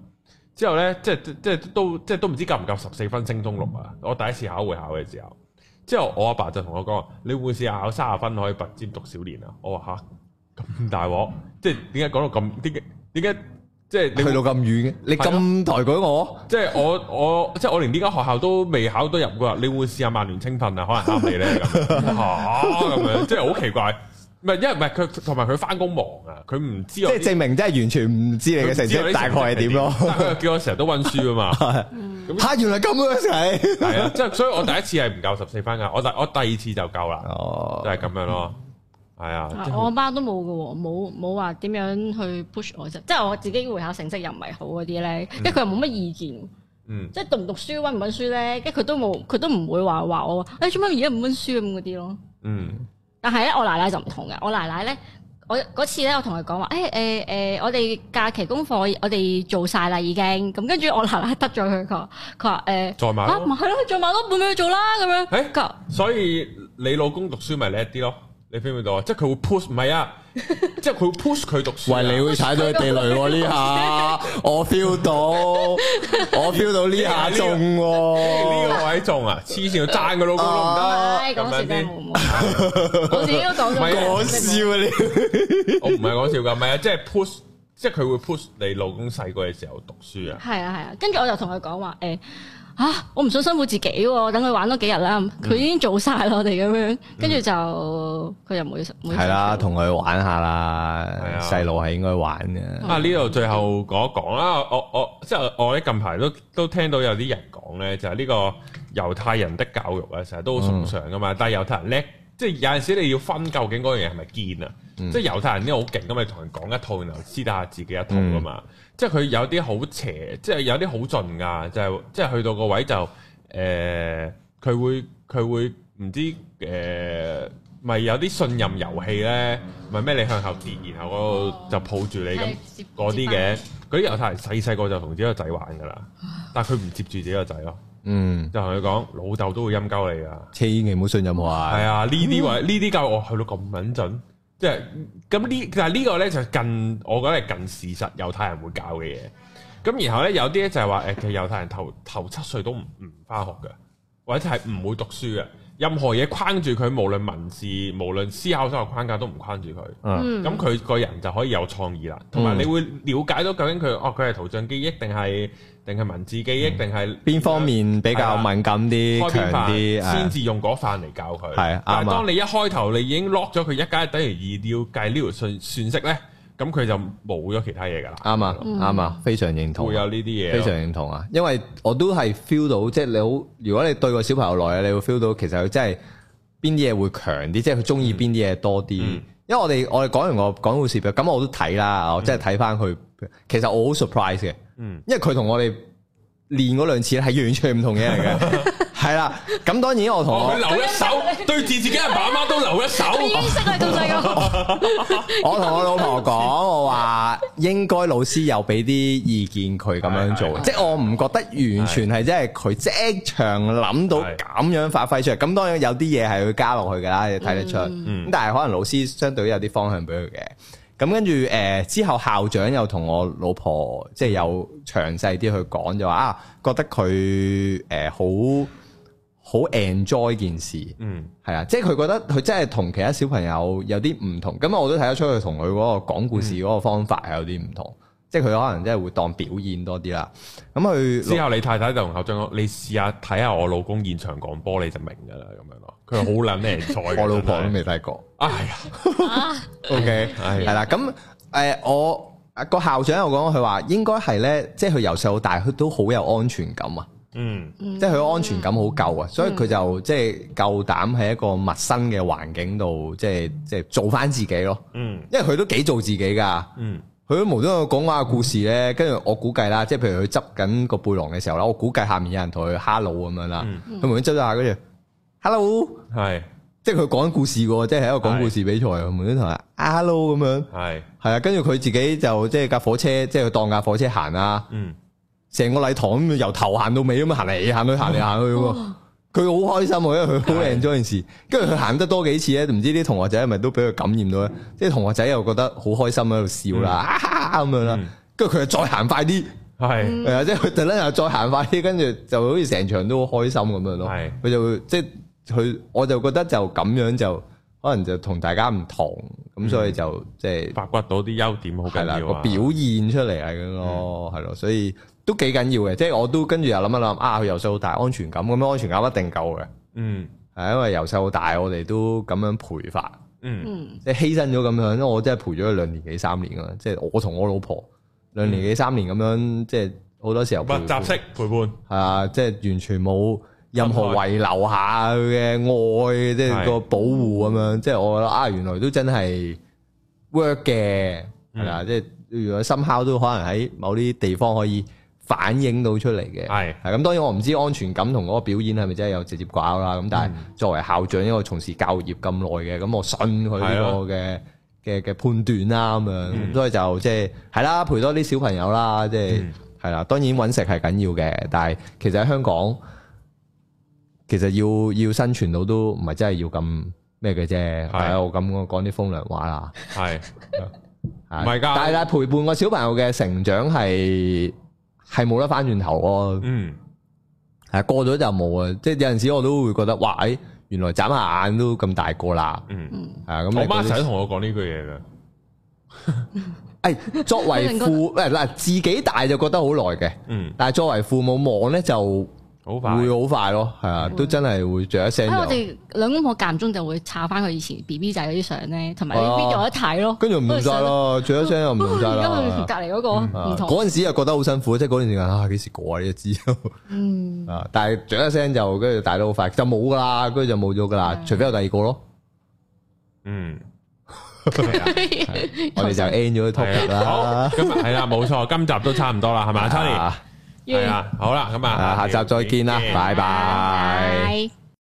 S1: 之後咧，即係即係都即係都唔知夠唔夠十四分升中六啊！我第一次考會考嘅時候，之後我阿爸就同我講：你會唔會試下考三十分可以拔尖讀小年啊？我話吓，咁大鑊，即係點解講到咁？點解點解即係你
S3: 去
S1: 會
S3: 到咁遠嘅，你咁抬舉我，
S1: 即係我我即係我連呢間學校都未考到入㗎，你會試下曼聯青訓啊？可能啱你咧 咁嚇咁樣，即係好奇怪。唔係因為唔係佢同埋佢翻工忙啊，佢唔知
S3: 即
S1: 我
S3: 係證明真係完全唔知你嘅成績大概係點咯。
S1: 但佢又叫我成日都温書啊 嘛，
S3: 吓，原來咁樣係。
S1: 係啊，即係所以我第一次係唔夠十四分㗎，我第我第二次就夠啦，
S3: 哦
S1: 就，係咁樣咯，係啊，即係
S2: 我阿媽都冇嘅喎，冇冇話點樣去 push 我啫，即係我自己會考成績又唔係好嗰啲咧，跟住佢又冇乜意見，
S1: 嗯
S2: 即係讀唔讀書、温唔温書咧，跟住佢都冇，佢都唔會話話我，誒做乜而家唔温書咁嗰啲咯。
S1: 嗯
S2: 但係咧，我奶奶就唔同嘅。我奶奶咧，我嗰次咧，我同佢講話，誒誒誒，我哋假期功課我哋做晒啦已經。咁跟住我奶奶得咗佢，佢話佢話誒，
S1: 再買
S2: 啊唔
S1: 咯。
S2: 係咯，再買多半俾佢做啦咁樣。
S1: 誒
S2: 佢話
S1: 所以你老公讀書咪叻啲咯，你 feel 唔 feel 到啊？即係佢會 push，唔係啊，即係佢會 push 佢讀書啊。
S3: 喂，你會踩到佢地雷喎呢下，我 feel 到，我 feel 到 呢下中
S1: 呢
S3: 喎。
S1: 個位中啊，黐線，爭個老公都唔得。
S2: 唉，講笑啫，冇冇， 我自己都講咗。
S1: 唔係
S3: 講笑啊你！
S1: 我唔係講笑㗎，唔係啊，即係 push，即係佢會 push 你老公細個嘅時候讀書啊。
S2: 係啊係啊，跟住我就同佢講話誒啊，我唔想辛苦自己喎，等佢玩多幾日啦。佢已經做晒啦，我哋咁樣，跟住就佢又冇冇。
S3: 係啦，同佢玩下啦
S1: 啊，
S3: 細路係應該玩嘅。
S1: 啊！呢度最後講一講啦，我我即係我咧近排都都聽到有啲人講咧，就係呢個猶太人的教育啊，成日都好崇尚噶嘛。但係猶太人叻，即係有陣時你要分究竟嗰樣嘢係咪堅啊？即係猶太人呢好勁噶嘛，同人講一套，然後私底下自己一套噶嘛。即係佢有啲好邪，即係有啲好盡噶，就係即係去到個位就誒，呃佢、會佢會唔知誒。呃咪有啲信任遊戲咧，咪咩你向後跌，然後嗰度就抱住你咁
S2: 係接
S1: 嗰啲
S2: 接
S1: 嘅，嗰啲猶太人細細個就同自己個仔玩噶啦，但係佢唔接住自己個仔咯，
S3: 嗯，
S1: 就同佢講老豆都會陰鳩你噶，
S3: 千祈唔好信任我啊
S1: 係！啊，呢啲位呢啲教育我去到咁穩陣，即係咁呢，但係呢個咧就近，我覺得係近事實猶太人會教嘅嘢。咁然後咧有啲咧就係話誒，其實猶太人頭頭七歲都唔唔翻學嘅，或者係唔會讀書嘅，任何嘢框住佢，無論文字，無論思考所有框架都唔框住佢。
S3: 嗯
S1: 咁佢個人就可以有創意啦，同埋你會了解到究竟佢哦佢係圖像記憶定係定係文字記憶定係
S3: 邊方面比較敏感啲、
S1: 開邊
S3: 強
S1: 飯
S3: 啲？
S1: 先
S3: 係
S1: 至用嗰飯嚟教佢。
S3: 係啱啊
S1: 但係當你一開頭你已經 lock 咗佢一加一等於二，要計呢條算算式咧，咁佢就冇咗其他嘢㗎啦，
S3: 啱啊，啱啊，非常認同
S1: 會。有呢啲嘢
S3: 非
S1: 咯。
S3: 常認同啊，因為我都係 feel 到，即係你好，如果你對個小朋友耐啊，你會 feel 到其實佢真係邊啲嘢會強啲，即係佢中意邊啲嘢多啲。
S1: 嗯
S3: 因為我哋我哋講完我講故事表，咁我都睇啦，我真係睇翻佢。其實我好 surprise 嘅，
S1: 嗯
S3: 因為佢同我哋練嗰兩次咧係完全唔同嘢嚟嘅， 係啦。咁當然我同
S1: 哦，
S3: 我
S1: 佢留一手，對住自己阿爸阿媽都留一手。
S2: 佢已經識佢咁細 個，
S3: 我同我老婆講，我話應該老師有俾啲意見佢咁樣
S1: 係
S3: 做，
S1: 係
S3: 即係我唔覺得完全係即係佢即場諗到
S1: 係
S3: 咁樣發揮出嚟。咁當然有啲嘢係要加落去㗎啦，你睇得出。咁、
S1: 嗯
S3: 但係可能老師相對有啲方向俾佢嘅。咁跟住誒之後校長又同我老婆即係有詳細啲去講，就話啊覺得佢誒好好 enjoy 件事。
S1: 嗯
S3: 係啊，即係佢覺得佢真係同其他小朋友有啲唔同，咁我都睇得出佢同佢嗰個講故事嗰個方法係有啲唔同，即係佢可能真係會當表演多啲啦。咁
S1: 之
S3: 佢
S1: 後你太太就同校長講：你試下睇下我老公現場講波，你就明㗎啦，咁樣咯。佢好撚 enjoy 㗎。
S3: 我老婆都
S1: 真係
S3: 未睇過。
S1: 啊，係啊。
S3: OK，
S1: 係
S3: 係啦，咁誒我啊個校長又講，佢話應該係咧，即係佢由細到大，佢都好有安全感啊，
S1: 嗯
S3: 即係佢安全感好夠啊，所以佢就即係夠膽喺一個陌生嘅環境度，即係即係做翻自己咯，
S1: 嗯
S3: 因為佢都幾做自己㗎。
S1: 嗯
S3: 佢都無端端講話個故事咧，跟住我估計啦，即係譬如佢執緊個背囊嘅時候啦，我估計下面有人同佢 hello 咁樣啦，佢無端端執咗下跟住 hello，
S1: 嗯係
S3: 即係佢講緊故事嘅喎，即係喺一個講故事比賽，佢無端端同人 hello 咁樣，
S1: 係
S3: 係啊，跟住佢自己就即係架火車，即係佢當架火車行啊，
S1: 嗯
S3: 成個禮堂咁由頭行到尾咁樣行嚟行去行嚟行去喎。佢好開心喎，因為佢好 enjoy 件事。跟住佢行得多幾次咧，唔知啲同學仔係咪都俾佢感染到咧？即係同學仔又覺得好開心喺度笑啦，啊咁樣啦
S1: 嗯。
S3: 跟住佢又再行快啲，嗯
S1: 係
S3: 係啊，即係佢突然間又再行快啲，跟住就好似成場都好開心咁樣咯。
S1: 係
S3: 佢就會即係佢我就覺得就咁樣就可能就同大家唔同，咁所以就即係
S1: 發掘到啲優嗯點好
S3: 系
S1: 緊
S3: 啦，
S1: 要
S3: 個
S1: 啊！嗯
S3: 表現出嚟係咁咯，係咯，所以都幾緊要嘅。即係我都跟住又諗一諗，啊，佢由細到大安全感，咁樣安全感一定夠嘅，
S1: 嗯
S3: 係因為由細到大我哋都咁樣陪法，
S1: 嗯
S2: 嗯，
S3: 即係犧牲咗咁樣，因為我真係陪咗佢兩年幾三年啊！即係我同我老婆兩年幾三年咁樣，即係好多時候
S1: 密集式陪伴，
S3: 係啊，即係完全冇任何遺留下佢嘅愛，即係
S1: 係
S3: 個保護咁樣。即係我覺得啊，原來都真係 work 嘅，係啦，即係如果深烤都可能喺某啲地方可以反映到出嚟嘅。
S1: 係
S3: 係咁，當然我唔知安全感同嗰個表演係咪真係有直接掛鈎啦。咁但係作為校長，因為我從事教育業咁耐嘅，咁我信佢呢個嘅嘅嘅判斷啦，咁樣，咁所以就即係係啦，陪多啲小朋友啦，即係係啦。當然揾食係緊要嘅，但係其實喺香港，其實要要生存到都唔係真係要咁咩嘅啫。係啊，我咁我講啲風涼話啦。
S1: 嗯係
S3: 係
S1: 唔係㗎
S3: 但係但係陪伴個小朋友嘅成長係係冇得翻轉頭咯。
S1: 嗯
S3: 系過咗就冇啊！即係有陣時我都會覺得，哇！誒原來眨下眼都咁大個啦，
S1: 嗯。
S3: 係啊咁你
S1: 我
S3: 嗰啲。
S1: 媽成日同我講呢句嘢嘅，
S3: 誒哎作 為父誒嗱，自己大就覺得好耐嘅，
S1: 嗯，
S3: 但係作為父母望咧就
S1: 好快，
S3: 會好快咯，係啊，都真係會著一聲
S2: 嗯啊我
S3: 就，
S2: 哋兩公婆間唔中就會抄翻佢以前 B B 仔嗰啲相咧，同埋啲
S3: 哦
S2: video 一睇咯。
S3: 跟住唔晒咯，著一聲又唔晒
S2: 而家佢
S3: 啦。
S2: 隔離嗰個
S3: 啊
S2: 唔同，
S3: 嗰陣時又覺得好辛苦，即係嗰段時間啊，幾時過啊呢啲知
S2: 嗯，
S3: 啊？但係著一聲就跟住大得好快，就冇噶啦，跟住就冇咗噶啦，
S2: 嗯
S3: 除非有第二個咯，
S1: 嗯，
S3: 我 哋就 end 咗 topic
S1: 係啊，
S3: 啦
S1: 好，。今日係啦，冇錯，今集都差唔多啦，係咪啊，Tony？
S3: 啊
S1: 係啊，好啦，咁啊，
S3: 啊，下集再見啦，拜拜。
S2: 拜。